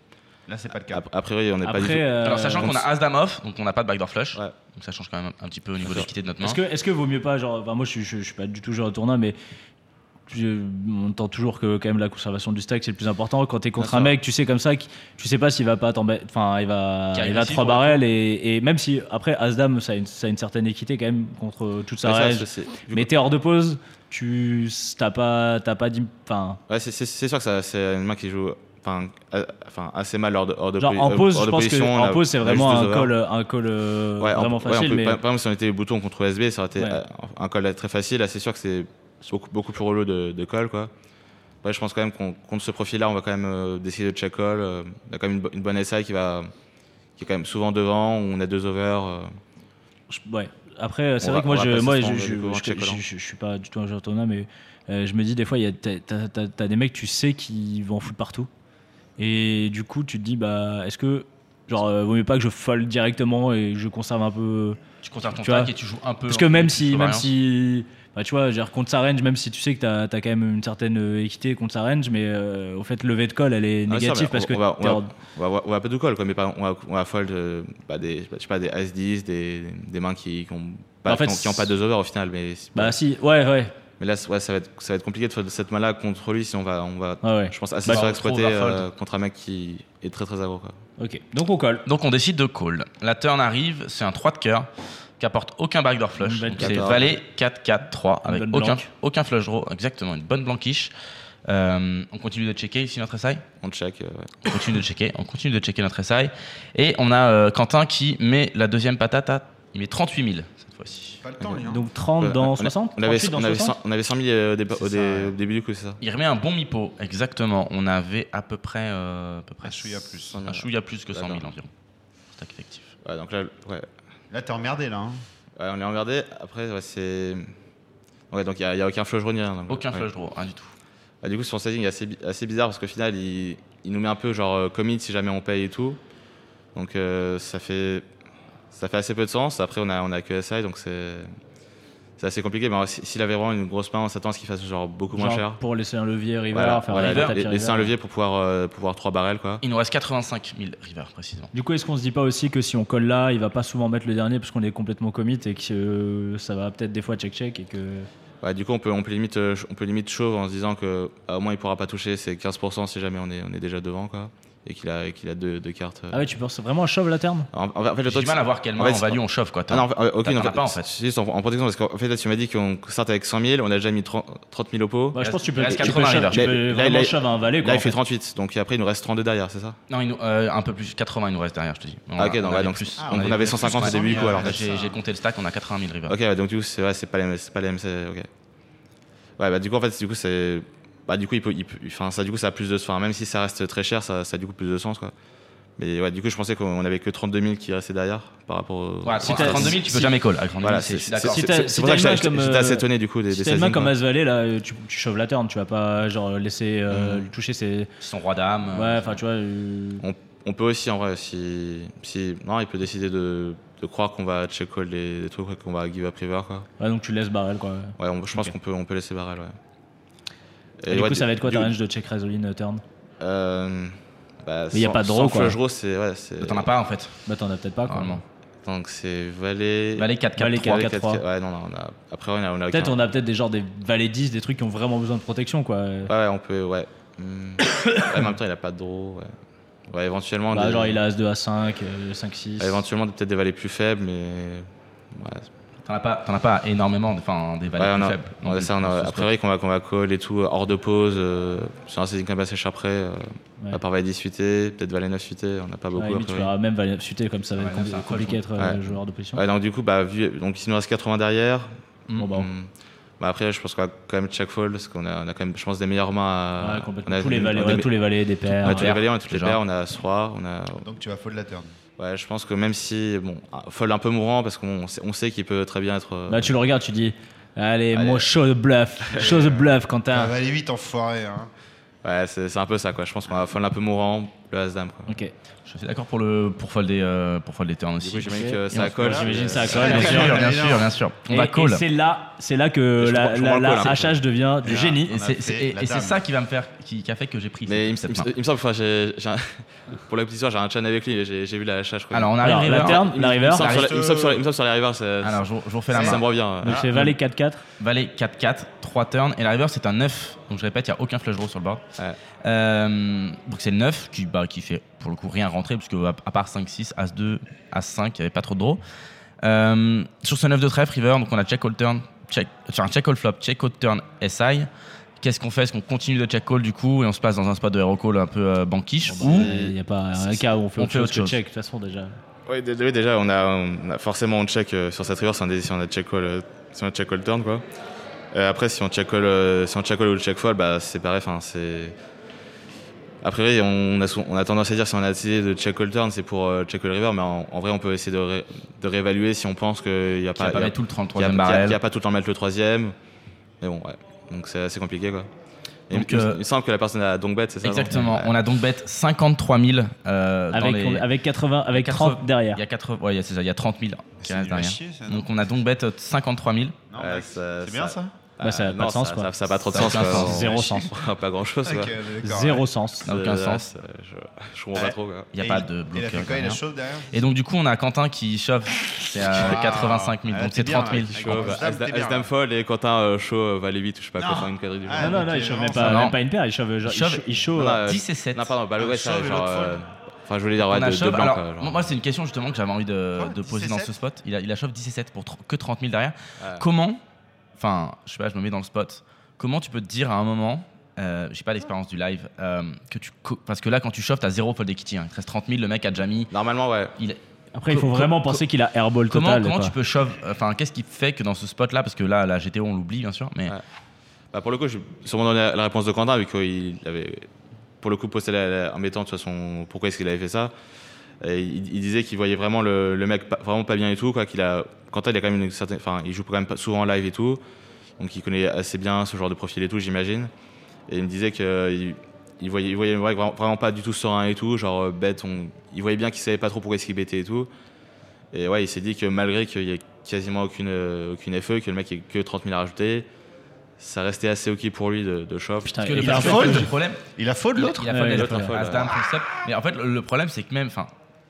Là, c'est pas le a, cas. a priori, on n'est pas du tout. Après, euh, Alors sachant donc qu'on a As Dame off, donc on n'a pas de backdoor flush, Ouais. donc ça change quand même un petit peu au niveau de l'équité de notre main. Hein Est-ce que, est-ce que vaut mieux pas, genre, enfin, moi je, suis- je, je suis pas du tout joueur de tournoi, mais je- on entend toujours que quand même la conservation du stack c'est le plus important. Quand t'es contre Bien un sûr. mec, tu sais comme ça, que tu sais pas s'il va pas t'embêter, enfin il va, Qui est il va agressif, trois pour le coup. barrels et, et même si après As-Dame ça a, une, ça a une certaine équité quand même contre toute sa Ouais, règle ça, c'est- du mais coup- t'es hors de pause, tu t'as pas, t'as pas dit, enfin ouais, c'est- c'est c'est sûr que ça- c'est une main qui joue enfin, a- enfin, assez mal hors de, hors de genre posi- en euh, pause, hors je de pense position, que on en a- pause c'est on a vraiment juste deux un overs. call, un call euh, Ouais, en- vraiment ouais, on facile, peut- mais par, par exemple, si on était bouton contre SB, ça aurait été Ouais. euh, un call très facile. Là, c'est sûr que c'est c'est beaucoup, beaucoup plus relou de, de call, quoi. Après, je pense quand même qu'on contre ce profil-là, on va quand même euh, décider de check call. euh, on a quand même une, bo- une bonne SI qui va qui est quand même souvent devant. On a deux overs. euh. Je- ouais. Après, euh, c'est On vrai va- que moi, on va je, passer moi, ce je, temps, je, du coup, en je- check, je- alors. je- je suis pas du tout un joueur de tournoi, mais euh, je me dis des fois, il y a t'as- t'as t'as- t'as des mecs, tu sais, qui vont foutre partout. Et du coup, tu te dis, bah, est-ce que, genre, euh, vaut mieux pas que je fold directement et que je conserve un peu. tu conserves ton tu vois, stack et tu joues un peu Parce en que fait, même tu fais si, même rien. si, bah, tu vois, genre, contre sa range, même si tu sais que t'as as quand même une certaine euh, équité contre sa range, mais euh, au fait, levée de call, elle est Ah, ça, négative mais parce on, on va, que. on t'es va, hors- on va- on va pas tout call, quoi, mais par- on, va, on va fold euh, bah, des, je sais pas, des As 10, des, des mains qui, qui ont pas, Bah, En fait, qui ont- qui ont pas deux overs au final. Mais, Bah, si, ouais, ouais, mais là, c'est- ouais, ça va être ça va être compliqué de fold cette main-là contre lui si on va on va ouais, ouais. je pense assez Bah, surexploité on trouve la euh, contre un mec qui est très très agro quoi. Ok. Donc, on colle. Donc on décide de call. La turn arrive, c'est un 3 de cœur qui apporte aucun backdoor flush. Une bonne Donc C'est carte. valet 4-4-3 Une avec bonne aucun, blanque. aucun flush draw. Exactement, une bonne blanquiche. Euh, on continue de checker ici notre SI. On check. euh, ouais. On continue de checker. On continue de checker notre SI. Et on a euh, Quentin qui met la deuxième patate à. Il met 38 000 cette fois-ci. Pas le temps, lui. hein. Donc, 30 Euh, On dans a- 60 On avait, 38 dans on, avait 60. 100, on avait 100 000 euh, au, dé- au ça, dé- ouais. au début du coup, c'est ça Il remet un bon mipo, exactement. On avait à peu près. euh, à peu près Un chouïa plus. Un chouïa plus que 100 000 D'accord. environ. Stack effectif. Ouais, donc là, ouais. Ouais, Là, t'es emmerdé, là. hein. on est emmerdé. Après, ouais, c'est. Ouais, donc il n'y a, aucun flush draw ni rien. donc, Aucun ouais. flush draw, rien du tout. Ah, du coup, son setting est assez, bi- assez bizarre parce qu'au final, il, il nous met un peu genre euh, commit si jamais on paye et tout. Donc euh, ça fait ça fait assez peu de sens. Après, on a, on a que SI, donc c'est c'est assez compliqué. Mais alors, si- s'il avait vraiment une grosse main, on s'attend à ce qu'il fasse genre beaucoup moins Genre cher. Pour laisser un levier river, Voilà, faire voilà, un tapis la- la- river. laisser un levier pour pouvoir, euh, pouvoir 3 barrels quoi. Il nous reste 85 000 river précisément. Du coup, est-ce qu'on se dit pas aussi que si on colle là, il va pas souvent mettre le dernier parce qu'on est complètement commit et que euh, ça va peut-être des fois check check et que bah, du coup, on peut, on, peut limite, euh, on peut limite chauve en se disant que bah, au moins il pourra pas toucher ses 15% si jamais on est, on est déjà devant quoi, et qu'il a, et qu'il a deux, deux cartes. euh. Ah ouais, tu penses vraiment à chauve la terme En- en- en fait, le J'ai truc, du mal à voir quelle en main fait, en c'est- value on chauffe quoi. Ah non, en fait, euh, aucune T'en as fait. pas, en fait. Si, si, en, en protection, parce qu'en fait, là, tu m'as dit qu'on start avec 100 000, on a déjà mis 30 30 000 au pot. Bah, Je reste- pense que tu peux, il reste tu peux 80 shove- là. tu Mais peux là, vraiment là, shove à un valet. Là, quoi, il en fait fait. 38, donc et après, il nous reste 32 derrière, c'est ça Non, il nous- euh, un peu plus, 80 il nous reste derrière, je te dis. Ah, ok, donc, ouais, avait donc, plus. donc on avait 150 au ouais. début du coup, alors. ouais, J'ai j'ai compté le stack, on a 80 000 river. Ok, ouais, donc du coup, c'est ouais, c'est pas les c'est pas les MC, ok. Ouais, bah du coup, en fait, du coup, c'est. Bah, du coup, il peut. il peut- Enfin, ça, du coup, ça a plus de. Enfin, même si ça reste très cher, ça, ça a du coup plus de sens, quoi. Mais ouais, du coup, je pensais qu'on avait que 32 000 qui restaient derrière par rapport au. Ouais, Si si t'as- 32 000, tu peux si- jamais call. à 32 000, Voilà, c'est- c'est je suis d'accord. c'est- Si t'as- si c'est- c'est pour ça t'as que une main j'étais- comme, j'étais assez euh, étonné du coup des Si des hein. t'as une main sizing, comme quoi. As-Valet, là, tu, tu chauves la turn, tu vas pas genre laisser euh, Mm. lui toucher ses. Son roi dame. Ouais, enfin, tu vois. euh, On, on peut aussi, en vrai, si. si non, il peut décider de, de croire qu'on va check call les, les trucs, ouais, qu'on va give up river, quoi. ouais, donc tu laisses barrel, quoi. Ouais, on- je pense Ok. qu'on peut, on peut laisser barrel, ouais. Et du ouais, coup, ça va être quoi ta du- range de check Resoline euh, turn Euh, bah, Mais y a sans- pas de draw, sans quoi. flush draw, c'est. Ouais, c'est- T'en as pas en fait, Bah, t'en as peut-être pas, quoi. Bah, normalement. Donc c'est Valet. Valet 4 Valet 4 4, 4, 3. Ouais, non, non, on a. Après, on a. On a Peut-être aucun- on a peut-être des genres des valets 10, des trucs qui ont vraiment besoin de protection quoi. Bah, Ouais, ouais, on peut. Ouais. Hmm. Ouais, en même temps, il a pas de draw. Ouais, ouais éventuellement. Bah, des- genre il a As2, A5, euh, 5, 6. ouais, éventuellement, peut-être des valets plus faibles, mais. Ouais, T'en as pas, t'en as pas énormément, enfin des Ouais, Bah, valeurs on plus a, faibles. on a ça, on a, a priori qu'on va, qu'on va call et tout, hors de pause, euh, sur un sizing comme assez chapré, euh, Ouais. à part valet 10 suité, peut-être valet 9 suité, on n'a pas beaucoup. Ouais, a limite, tu priori. verras même valet suité comme ça va Ouais, être non, c'est un compli- compliqué d'être euh, Ouais. joueur de position. Ouais, donc du coup, bah, vu, donc il nous reste 80 derrière. Bon, bah, Hmm. Bah, après, je pense qu'on va quand même check fold, parce qu'on a, on a quand même, je pense, des meilleures mains. à- ouais, complètement. on a tous, les des- valets, on a ouais, des- tous les valets, des On a paires. tous les paires, valets, on a toutes les déjà. paires, on a Soi, on a. Donc tu vas fold la turn. Ouais, je pense que même si. Bon, ah, fold un peu mourant, parce qu'on sait, on sait qu'il peut très bien être. euh, Bah, tu le regardes, tu dis Allez, moi, show de bluff, show de bluff, Ah, Quentin. va aller vite, enfoiré. Hein. Ouais, c'est c'est un peu ça, quoi. Je pense qu'on va fold un peu mourant, le As-Dame, quoi. Ok. Je suis d'accord pour le pour folder euh, pour folder turn Du aussi. coup, j'imagine ok. que Et on ça se colle. colle, j'imagine mais- ça colle. Bien Ouais, sûr, ouais, bien ouais. sûr, bien sûr. On Et- va Et call. c'est là, c'est là que Je la, comprends- je la, comprends le la call, hein. HH devient Ah. du génie. Et c'est- c'est- la Et c'est dame. ça qui va me faire, qui, qui a fait que j'ai pris. Mais il me, cette il me- main. il me semble, enfin, j'ai- j'ai un- pour la petite histoire, j'ai un chan avec lui et j'ai j'ai vu la hache, je crois. Alors on arrive. Alors, la Ah, river. turn, la river. il me semble sur la- il me semble sur la- il me semble sur les rivers, Alors ça, je, vous- je vous refais ça, la ça me main. revient. ouais. Ah. Donc c'est valet 4-4. Valet 4-4, 3 turns. Et la river c'est un 9. Donc je répète, il n'y a aucun flush draw sur le board. Ouais. Euh, donc c'est le 9 qui, bah, qui fait pour le coup rien rentrer, parce que à, à part 5-6, As-2, As-5, il n'y avait pas trop de draw. Euh, sur ce 9 de trèfle, river, donc on a check all turn, check, enfin, check all flop, check all turn, SI. Qu'est-ce qu'on fait Est-ce qu'on continue de check call du coup et on se place dans un spot de hero call un peu euh, banquiche Bon, bah, ou Il n'y a pas un cas où on fait on autre fait chose autre que chose. check, de toute façon, déjà. Oui, dé- oui, déjà, on a, on a- forcément on check euh, sur cette river, c'est un dé- si on a check call, euh, si on a check call turn quoi. Euh, après, si on check call, euh, si on check call ou le check fold, bah c'est pareil. Enfin, c'est a priori on a, sou- on a tendance à dire si on a décidé de check call turn, c'est pour euh, check call river, mais en, en vrai on peut essayer de, ré- de réévaluer si on pense qu'il n'y a qui pas, va pas il y a- mettre tout le il y a, 33e il y a- il y barrel a pas tout le temps de mettre le troisième. Mais bon, ouais. Donc c'est assez compliqué quoi. Et Donc, il, me- euh, il me semble que la personne a donc bet, c'est ça non Exactement. Ouais. On a donc bet 53 000 euh, dans Avec, les- on- avec 80, avec 30 80 derrière. Il y a 80 ouais, c'est ça, il y a 30 000 qui C'est restent nul à derrière. chier, ça. non Donc on a donc bet 53 000. Non, Ouais, mec, euh, ça- c'est bien ça- ça. Bah, ça a Ah, Euh, non, pas de sens, quoi. Ça, ça a pas trop de Ça a sens. aucun quoi. sens. Zéro sens. pas grand chose. Ok, Quoi. d'accord, Zéro ouais. sens. Ça n'a aucun C'est- sens. ouais, c'est- Je, je comprends pas Ouais. trop. quoi. Il n'y a Et pas il- de Il a fait bloqueur. quoi Il a rien. chauve derrière Et donc du coup on a Quentin qui shove, c'est à Ah. 85 000, Ah, donc t'es c'est bien, 30 000. ouais. Chaud, bah, As-Dame, As-Dame- t'es bien, As-Dame là. fold et Quentin euh, chaud euh, va aller vite, je sais pas quoi, Non. faire une quadrille du Ah, Non, genre. non, non, ok, il chauffe non, même ça pas, va. même pas une paire, il chauffe genre, Il il shove- chauffe- il chauffe, Non, non, euh, euh, 10 et 7. Non, pardon, bah le Un ouais, shove et genre. l'autre euh, fold. Enfin, je voulais dire, ouais, On a de, de shove. blanc. Alors, quoi, genre. moi, c'est une question justement que j'avais envie de, Quoi de poser 17? dans ce spot. Il a, il a shove 10 et 7 pour tr- que 30 000 derrière. Ouais. Comment, enfin, je sais pas, je me mets dans le spot. Comment tu peux te dire à un moment, euh, j'ai pas l'expérience du live, euh, que tu, co- parce que là, quand tu shoves, t'as zéro fold equity. Hein. Il te reste 30 000, le mec a déjà mis. Normalement, ouais. Il, Après, il faut co- vraiment co- penser qu'il a airball comment total. comment quoi. tu peux shove Enfin, qu'est-ce qui fait que dans ce spot là, parce que là, la GTO, on l'oublie bien sûr, mais Ouais. Bah, pour le coup, je vais sûrement donner la réponse de Quentin, vu qu'il avait, pour le coup, posté la- la- en mettant de toute façon pourquoi est-ce qu'il avait fait ça. Et il, il disait qu'il voyait vraiment le, le mec pas- vraiment pas bien et tout, quoi. Qu'il a, Quentin, il a quand même une certaine, enfin, il joue quand même pas- souvent en live et tout, donc il connaît assez bien ce genre de profil et tout, j'imagine. Et il me disait que il, il voyait, il voyait le mec vraiment, vraiment pas du tout serein et tout, genre euh, bête. On, il voyait bien qu'il savait pas trop pourquoi est-ce qu'il bêtait et tout. Et ouais, il s'est dit que malgré qu'il y ait quasiment aucune, euh, aucune FE, que le mec ait que 30 000 à rajouter, ça restait assez ok pour lui de, de shove. Putain, Parce que le il a problème, fold. le problème, Il a faute Il a- l'autre Il a Ouais, fold il a l'autre. fold, As ouais. dame, prince up. Mais en fait, le le problème, c'est que même, enfin,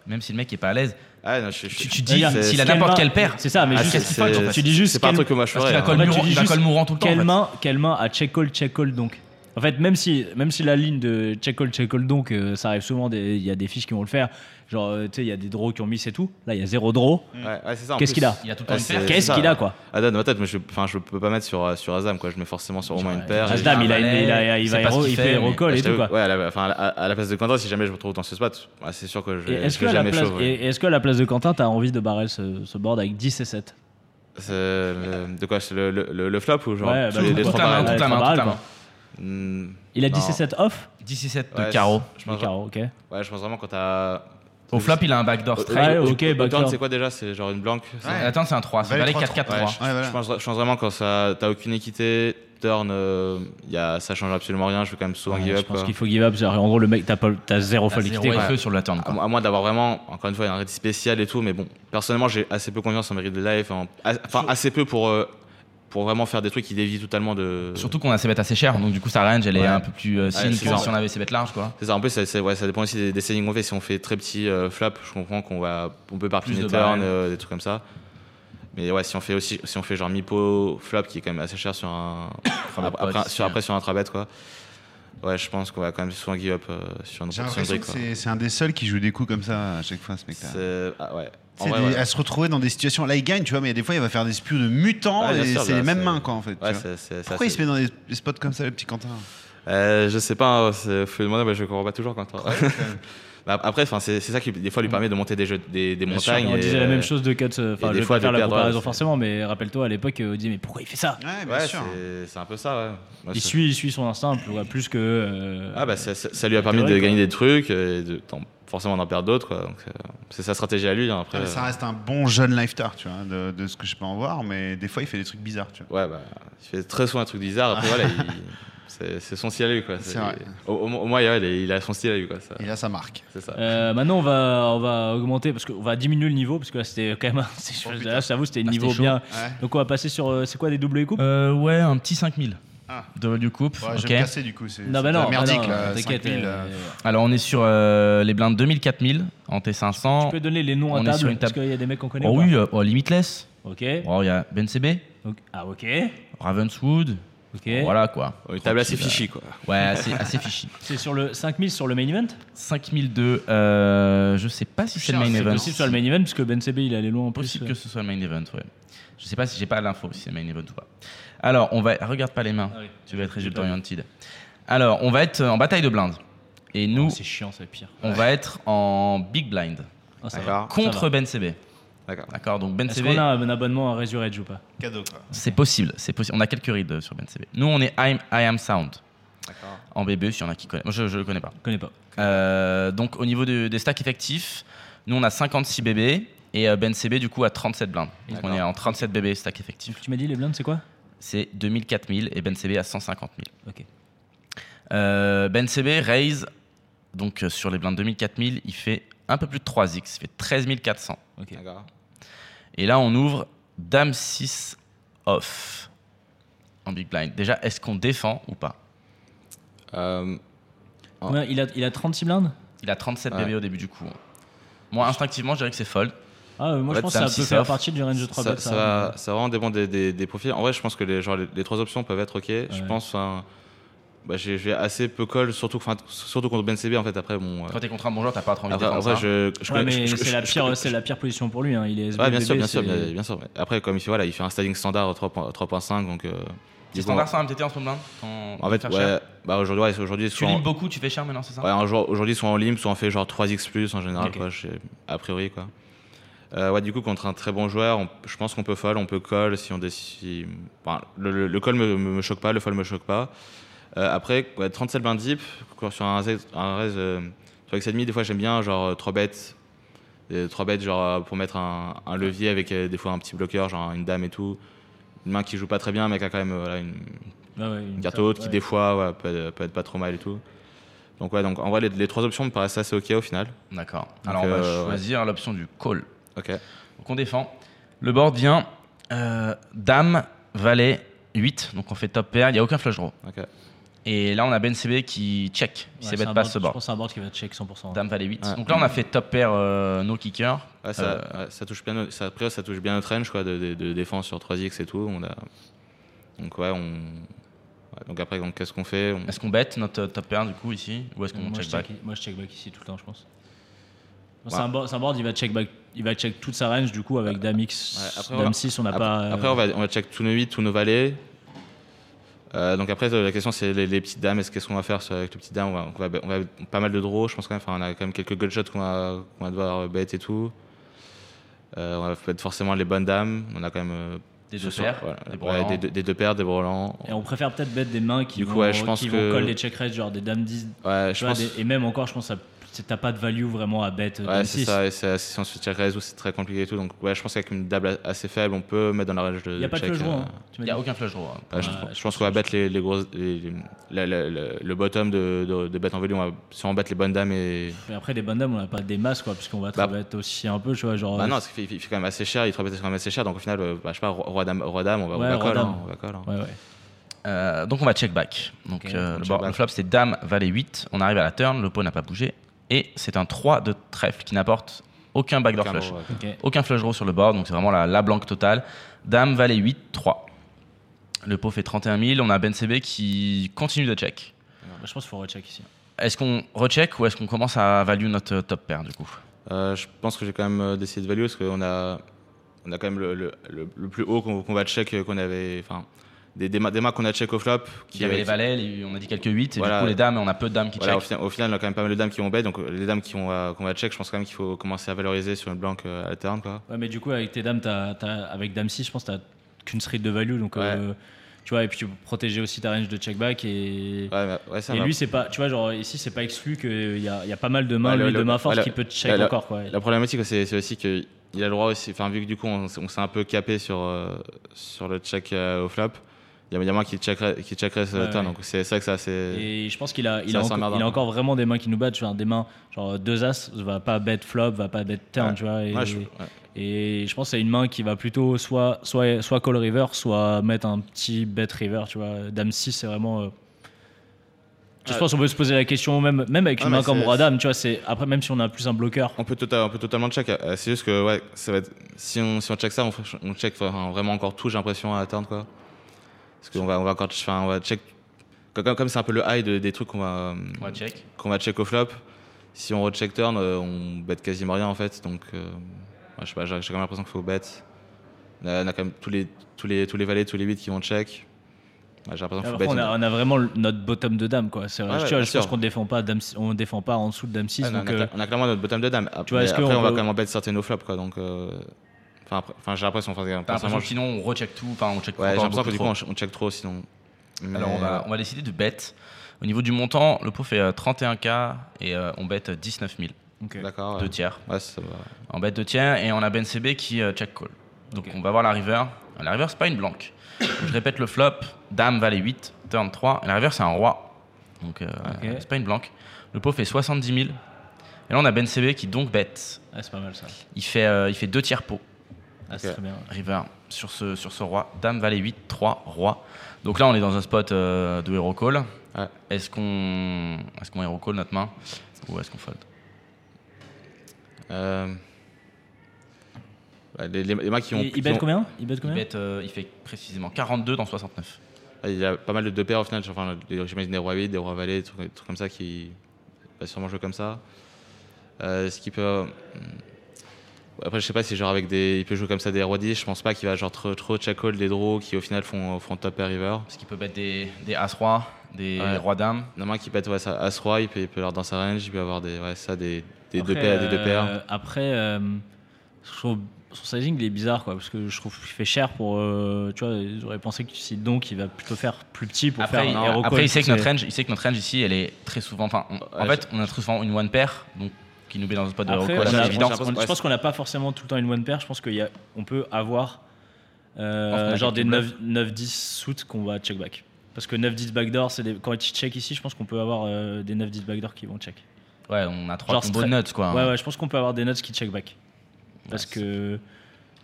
même si le mec est pas à l'aise, Ah, non, je, je- Tu, tu dis hein, c'est- s'il a c'est- n'importe main- quelle paire. C'est ça, mais Ah, juste c'est- c'est pas que c'est- tu dis juste c'est pas un quel- truc que moi je Parce ferais, qu'il a hein. col Ouais, tu mourant- dis il a juste col mourant tout le temps. en Quelle fait. main, quelle main à check call, check call donc En fait, même si, même si la ligne de check call, check call donc, euh, ça arrive souvent, des- il y a des fiches qui vont le faire. Genre, euh, tu sais, il y a des draws qui ont mis, c'est tout. Là, il y a zéro draw. Ouais, ouais, c'est ça, en Qu'est-ce plus. qu'il a Il a tout le temps Ouais, une c'est- paire. c'est Qu'est-ce ça. qu'il a, quoi Ah, dans ma tête, moi, je, enfin, je peux pas mettre sur, euh, sur Azam, quoi. Je mets forcément sur au moins une paire. Asdam, il, a une- il, a- il C'est va pas ce héros, qu'il il fait, fait héros mais- call Ouais, et je tout, t'avoue quoi. que- ouais, à la, enfin, à, à la place de Quentin, si jamais je me retrouve dans ce spot, ouais, c'est sûr Euh, que je, Et Est-ce je que, vais à la jamais place- chaud. ouais. et est-ce que à la place de Quentin, t'as envie de barrer ce, ce board avec 10 et 7 C'est, euh, de quoi c'est le, le, le- le flop ou genre Ouais, bah, les, tout- les toute trois la pareils main, toute la main, Ouais, toute la trois main. Hmm, Il a 10 non. et 7 off 17 Ouais, de carreau. Je pense, Carreau, ok. ouais, je pense vraiment quand t'as. Au flop, il a un backdoor straight. Ouais, Tu- ok, bah, au backdoor. turn, c'est quoi déjà C'est genre une blanque c'est- Ouais, Attends, c'est un 3. C'est Valet valet 3-3. 4-4-3. Ouais, voilà. je, pense, je pense vraiment quand ça, t'as aucune équité, turn, euh, y a, ça change absolument rien. Je vais quand même souvent give je up. hein. pense quoi. qu'il faut give up. c'est-à-dire, En gro, le mec, t'as pas- t'as zéro T'as fold zéro equity, quoi. FE sur le turn. À, quoi. à moins d'avoir vraiment, encore une fois, un rating spécial et tout, mais bon, personnellement, j'ai assez peu confiance en mes de life, en- a- enfin assez peu pour, euh, pour vraiment faire des trucs qui dévient totalement de. Surtout qu'on a ses bêtes assez chères, donc du coup sa range elle est Ouais. un peu plus euh, Ouais, signe c'est que ça. si on avait ses bêtes larges quoi. C'est ça, en plus, ça, c'est- ouais, ça dépend aussi des, des settings qu'on fait. Si on fait très petit euh, flap, je comprends qu'on va, on peut partir Plus de turn, barrel. euh, des trucs comme ça. Mais ouais, si on fait aussi, si on fait genre mi-pot flap qui est quand même assez cher sur un. Ah, Trabet après, pot, après- sur, ouais. après sur un trabet, quoi. Ouais, je pense qu'on va quand même souvent give up euh, sur une J'ai sur une l'impression brique, que quoi. c'est c'est un des seuls qui joue des coups comme ça à chaque fois, ce mec-là. C'est. ah, ouais. En C'est vrai, des- ouais. à se retrouver dans des situations. Là, il gagne, tu vois, mais des fois, il va faire des spews de mutants Ouais, bien et sûr, c'est là, les mêmes c'est- mains, quoi, en fait. tu Ouais, vois. c'est- c'est- c'est Pourquoi il assez- se met dans des des spots comme ça, le petit Quentin Euh, je sais pas, hein, c'est- faut lui demander, mais je comprends pas toujours quand. Bah, après, 'fin, c'est c'est ça qui des Mm. fois lui permet de monter des, jeux, des, des Bien sûr, montagnes. on et, disait la même euh, chose de Cuts. euh, Enfin, et je des vais fois, pas faire de la perdre, comparaison ouais, c'est- forcément, mais rappelle-toi, à l'époque, euh, on disait, mais pourquoi il fait ça Ouais, bien Ouais, sûr. c'est- c'est un peu ça. Ouais. Moi, il c'est- suit, il suit son instinct plus- plus que. euh, Ah bah ça, ça- ça lui a permis théorie, de quoi. gagner des trucs et de, d'en- forcément d'en perdre d'autres. quoi. Donc, euh, C'est sa stratégie à lui. hein, après, Ouais, Ah, mais Ça reste un bon jeune lifetar, tu vois, de, de ce que je peux en voir, mais des fois, il fait des trucs bizarres, tu vois. euh, ouais, bah, il fait très souvent un truc bizarre. Après, voilà, il- c'est c'est son style à lui. Quoi. C'est C'est- vrai. Au, au- au moins, ouais, il, est- il a son style à lui. quoi, ça- Et là, ça marque. C'est ça. Euh, maintenant, on va, on va augmenter parce qu'on va diminuer le niveau parce que là, c'était quand même. un- c'est Oh, chaud. là, j'avoue, c'était un Ah, niveau c'était chaud. bien. Ouais. Donc, on va passer sur. euh, C'est quoi des doubles coupes Euh, ouais, un petit 5000 Ah. de du coupe. Ouais, Je ok. vais me casser, du coup. C'est Euh, Non, c'est bah non, de la bah merdique, non, là, t'inquiète. 5000, euh, euh, Alors on est sur euh, les blindes 2000-4000 en Tu T500. peux donner les noms On à est table, sur une parce table. qu'il y a des mecs qu'on connaît. Oh pas. oui, euh, oh, Limitless. Ok. Oh, il y a Ben CB, Donc- ah, ok. Ravenswood. Ok. Voilà quoi. Une table assez Tranquille, fichie. Quoi. euh, Ouais, assez, assez fichi. C'est sur le 5000 sur le main event 5002, euh, je sais pas si c'est le main C'est event. possible sur le main event parce que Ben CB il allait loin en plus. euh. Possible que ce soit le main event, ouais. Je sais pas si j'ai pas l'info si c'est main event ou pas. Alors, on va. Regarde pas les mains. Ah oui. Tu vas être résultat pas vu. oriented. Alors, on va être euh, en bataille de blindes. Et nous, Oh, C'est chiant, c'est pire. on va être en big blind Ah, ça va. D'accord. contre va. Ben CB. D'accord. D'accord, donc Ben Est-ce CB, qu'on a un abonnement à Resurrect ou pas Cadeau, quoi. c'est possible, c'est possible. On a quelques reads euh, sur Ben CB. Nous, on est I'm- I am sound. En BB, s'il y en a qui connaissent. Moi, je, je le connais pas. Je connais pas. Euh, donc au niveau de- des stacks effectifs, nous on a 56 bébés et euh, Ben CB du coup à 37 blindes. Donc on est en 37 bébés stack effectif. Tu m'as dit les blindes, c'est quoi C'est 2000, 4000 et Ben CB à 150 000. Ok. Euh, ben CB raise donc euh, sur les blindes 2000, 4000, il fait un peu plus de 3x, il fait 13 400. Ok. D'accord. Et là on ouvre Dame 6 off en big blind. Déjà, est-ce qu'on défend ou pas Euh, Ah. Ouais, il, a, il a 36 blindes Il a 37 Ouais. bébés au début du coup. Moi instinctivement je dirais que c'est fold. Ah, euh, moi En je fait, pense c'est que un ça peut petit faire off. partie du range de 3 ça, ça, va, ça va vraiment dépendre des, des- des profils. En vrai, je pense que les, genre, les, les trois options peuvent être ok. Je Ouais. pense. enfin, Bah, j'ai j'ai assez peu call, surtout, enfin, surtout contre Ben CB en fait. Après, bon. euh, Quand t'es contre un bon joueur, t'as pas trop envie après, de défendre. en vrai, ça. je, je Ouais, connais- mais je- je- c'est la, je- pire- je- c'est la pire position pour lui. hein. Il est SBBB, Ouais, bien sûr, bien sûr, c'est- bien, bien sûr. Après, comme il fait, voilà, il fait un standing standard 3.- 3.5, donc. euh, C'est du coup, standard ça MTT en ce moment ton- En fait, faire cher ouais, bah aujourd'hui, ouais, aujourd'hui, Tu soit limes en- beaucoup, tu fais cher maintenant, c'est ça ouais, un jour- aujourd'hui, soit on limp, soit on fait genre 3x plus en général, Ok. quoi, je sais- a priori, quoi. Euh, ouais, du coup, contre un très bon joueur, on- je pense qu'on peut fold, on peut call si on décide. enfin, le, le- le call me, me, me choque pas, le fold me choque pas. Euh, après, ouais, 37 blinds deep, quand sur un, raise- un raise, euh, sur X7,5, des fois j'aime bien, genre euh, 3 bêtes. Et 3 bêtes, genre euh, pour mettre un, un levier avec euh, des fois un petit bloqueur, genre une dame et tout. Une main qui joue pas très bien, mais qui a quand même euh, voilà, une, Ouais, ouais, une une carte carte, haute qui ouais. des fois ouais, peut, peut être pas trop mal et tout. Donc ouais, donc en vrai les, les trois options me paraissent assez ok au final. D'accord. Donc, Alors on va euh, choisir l'option du call. Ok. Donc on défend. Le board vient euh, Dame, Valet, 8. Donc on fait top pair, il n'y a aucun flush draw. Ok. Et là, on a Ben CB qui check. Il Ouais, sait c'est bet un pas board- Je ce board. pense que c'est un board qui va check 100%. Dame valet 8. Ouais. Donc là, on a fait top pair euh, no kicker. Euh, Ouais, ça, ouais, ça touche bien, notre- ça, après, ça touche bien notre range quoi, de, de- de défense sur 3x et tout. On a... Donc, ouais, on. ouais, donc, après, donc, qu'est-ce qu'on fait On- Est-ce qu'on bet notre euh, top pair du coup ici Ou est-ce qu'on moi, check je back check- moi, je check back ici tout le temps, je pense. Ouais. C'est un board, c'est un board, il va check back, il va check toute sa range du coup avec Dame X, Euh, Ouais, après, Dame voilà. 6, on n'a Après- pas. euh, Après, on va, on va check tous nos 8, tous nos valets. Euh, donc après, la question, c'est les, les petites dames. Est-ce qu'est-ce qu'on va faire sur- avec les petites dames on va, on, va, on va pas mal de draws, je pense quand même. Enfin, on a quand même quelques gutshots qu'on va, qu'on va devoir bet et tout. Euh, on va peut-être forcément les bonnes dames. On a quand même... euh, Des ce deux soir- paires, voilà. des Ouais, brelans. des, deux- des deux paires, des brelans. euh, Et on préfère peut-être mettre des mains qui Du vont, coup, ouais, je pense qui que- vont coller des check raise, genre des dames 10. Ouais, tu je vois, pense- des- et même encore, je pense que ça- c'est- t'as pas de value vraiment à bet euh, Ouais, dame c'est 6. ça. Et c'est, si on se fait check raise ou c'est très compliqué et tout. Donc ouais, je pense qu'avec une dame assez faible, on peut mettre dans la range de Il n'y a pas de check, flush draw. euh, hein, tu Il m'as n'y a dit. aucun flush draw. hein. Ouais, je, Ouais, pense- je je pense qu'on va battre les, les grosses. les- les- la- la- la- le bottom de, de, de bête en value, on va sûrement battre les bonnes dames et. Mais après, des bonnes dames, on n'a pas des masses, quoi, puisqu'on va te Bah- bet aussi un peu, tu vois. Genre, euh, Bah non, parce qu'il fait, il fait quand même assez cher, il te répète quand même assez cher, donc au final, euh, bah, je sais pas, roi-dame, roi-dame, on va, Ouais, on va coller. roi-dame. hein, on va coller, hein. ouais, ouais. Euh, donc on va check back. Donc Ok, euh, on le, check board- back. le flop c'est dame, valet 8. On arrive à la turn, le pot n'a pas bougé. Et c'est un 3 de trèfle qui n'apporte aucun backdoor Aucun flush. mot, ouais. Ok. Aucun flush draw sur le board, donc c'est vraiment la, la blanque totale. Dame, valet 8, 3. Le pot fait 31 000. On a Ben CB qui continue de check. Bah, je pense qu'il faut recheck ici. Est-ce qu'on recheck ou est-ce qu'on commence à value notre euh, top pair du coup Euh, je pense que j'ai quand même euh, décidé de value parce qu'on a, on a quand même le, le, le- le plus haut qu'on, qu'on va check, euh, qu'on avait. Enfin, des, des, ma- des mains qu'on a check au flop. Il y avait qui- les valets, les- on a dit quelques 8, et Voilà. du coup les dames, on a peu de dames qui Voilà, au, check. final, au final, on a quand même pas mal de dames qui ont bet, donc euh, les dames qui ont, euh, qu'on va check, je pense quand même qu'il faut commencer à valoriser sur une blanque euh, à la turn, quoi. Ouais, mais du coup, avec tes dames, t'as- t'as- avec dame 6, je pense que t'as qu'une street de value. Donc, Ouais. euh, tu vois, et puis tu peux protéger aussi ta range de check back. Et, Ouais, mais- ouais, ça et va. lui, c'est pas, tu vois, genre ici, c'est pas exclu qu'il y a, il y a pas mal de mains, Ouais, lui, le- de le- main forte ouais, qui le- peut te check ouais, le- encore, quoi. ouais. La problématique, c'est c'est aussi qu'il a le droit aussi, enfin, vu que du coup, on, s- on s'est un peu capé sur, euh, sur le check euh, au flop, il y a- il y a moins qui checkerait qui checkerait ce Ouais, turn, ouais. donc c'est ça que ça, c'est. Et je pense qu'il a, il Ça, a, c'est un enco- merdin. il a encore vraiment des mains qui nous battent. Genre, des mains, genre deux as, va pas bet flop, va pas bet turn, Ouais. tu vois. Et, Ouais, je- ouais. et je pense que c'est une main qui va plutôt soit, soit, soit call river, soit mettre un petit bet river, tu vois. Dame 6, c'est vraiment. euh, Je Ouais. pense qu'on peut se poser la question, même, même avec Ah, une mais main comme c'est- roi dame, tu vois. c'est- Après, même si on a plus un bloqueur, On peut, total- on peut totalement check. euh, C'est juste que ouais, ça va être- si, on, si on check ça, on, f- on check enfin, vraiment encore tout, j'ai l'impression, à la turn, quoi. Parce qu'on va, on va encore enfin, on va check. Comme comme- comme c'est un peu le high de- des trucs qu'on va, On va check. qu'on va check au flop, si on recheck turn, euh, on bet quasiment rien en fait. Donc, euh, ouais, je sais pas, j'ai j'ai quand même l'impression qu'il faut bet. On a, on a quand même tous les, tous les, tous les valets, tous les 8 qui vont check. Ouais, j'ai l'impression qu'il faut Après, bet. on a, on a vraiment le- notre bottom de dame, quoi. C'est vrai. Ah Ouais, je, ouais, tu vois, bien je pense sûr. qu'on défend pas, dame, on défend pas en dessous de dame 6. Ah, non, donc, on, a, euh, cla- on a clairement notre bottom de dame. Ap- Tu vois, mais est-ce que après, on on, va peut- quand même en bet certaines no flops. Quoi, donc, euh, enfin, après- enfin, j'ai l'impression. Enfin, T'as l'impression personnellement, que sinon on recheck tout, enfin on check Ouais, j'ai encore l'impression que beaucoup du coup, trop. on, ch- on check trop sinon. Mais- euh, Alors on va, on va décider de bet. Au niveau du montant, le pot fait euh, 31K et euh, on bet 19 000, ok. D'accord. deux Ouais. tiers. Ouais, ça va. On bet deux tiers et on a Ben CB qui euh, check call. Donc on va voir la river. La river, c'est pas une blanque. Je répète le flop, dame, valet 8, turn 3. La river, c'est un roi. Donc euh, c'est pas une blanque. Le pot fait 70 000. Et là on a Ben CB qui donc bet. Ah, c'est pas mal ça. Il fait, euh, il fait deux tiers pot. Ah, c'est Ok. très bien. River sur ce, sur ce roi. Dame, valet 8, 3, roi. Donc là, on est dans un spot euh, de hero call. Ouais. Est-ce qu'on est qu'on hero call notre main Ou est-ce qu'on fold Euh, ouais, les, les- les mains qui ont. Il, il qui bet ont- combien Il bet il, combien bet, euh, il fait précisément 42 dans 69. Ouais, Il y a pas mal de deux paires au final. Enfin, les- J'imagine des rois 8, des rois valets, des trucs, des trucs comme ça qui va sûrement jouer comme ça. Euh, ce qui peut. Après, je sais pas si genre avec des. Il peut jouer comme ça des rois 10. Je pense pas qu'il va genre trop, trop check call des draws qui au final font, font top pair river. Parce qu'il peut bet des, des as-roi, des Ouais. roi-dame. Il y en a un qui pète ouais, ça, as roi, il peut, il peut leur dans sa range, il peut avoir des, ouais, ça, des, des Après, deux paires. des deux paires. euh, après, euh, son, son sizing il est bizarre quoi, parce que je trouve qu'il fait cher pour. euh, tu vois, j'aurais pensé que si donc il va plutôt faire plus petit pour Après, faire il, un hero après, call, il sait que c'est- notre range, il sait que notre range ici, elle est très souvent. Enfin, on- en Ouais, fait, on a très souvent une one pair, donc qui nous met dans un spot de Après, hero call. on a- C'est évident. on- Ouais, on- je c'est- pense qu'on n'a pas forcément tout le temps une one pair. Je pense qu'on peut avoir euh, pense qu'on a genre des quelques 9-10 suits qu'on va check back. Parce que 9-10 backdoor, c'est des- quand ils check ici, je pense qu'on peut avoir euh, des 9-10 backdoor qui vont check. Ouais, on a trois Genre combos de stra- nuts, quoi. Ouais, ouais, je pense qu'on peut avoir des notes qui check back. Parce Ouais, que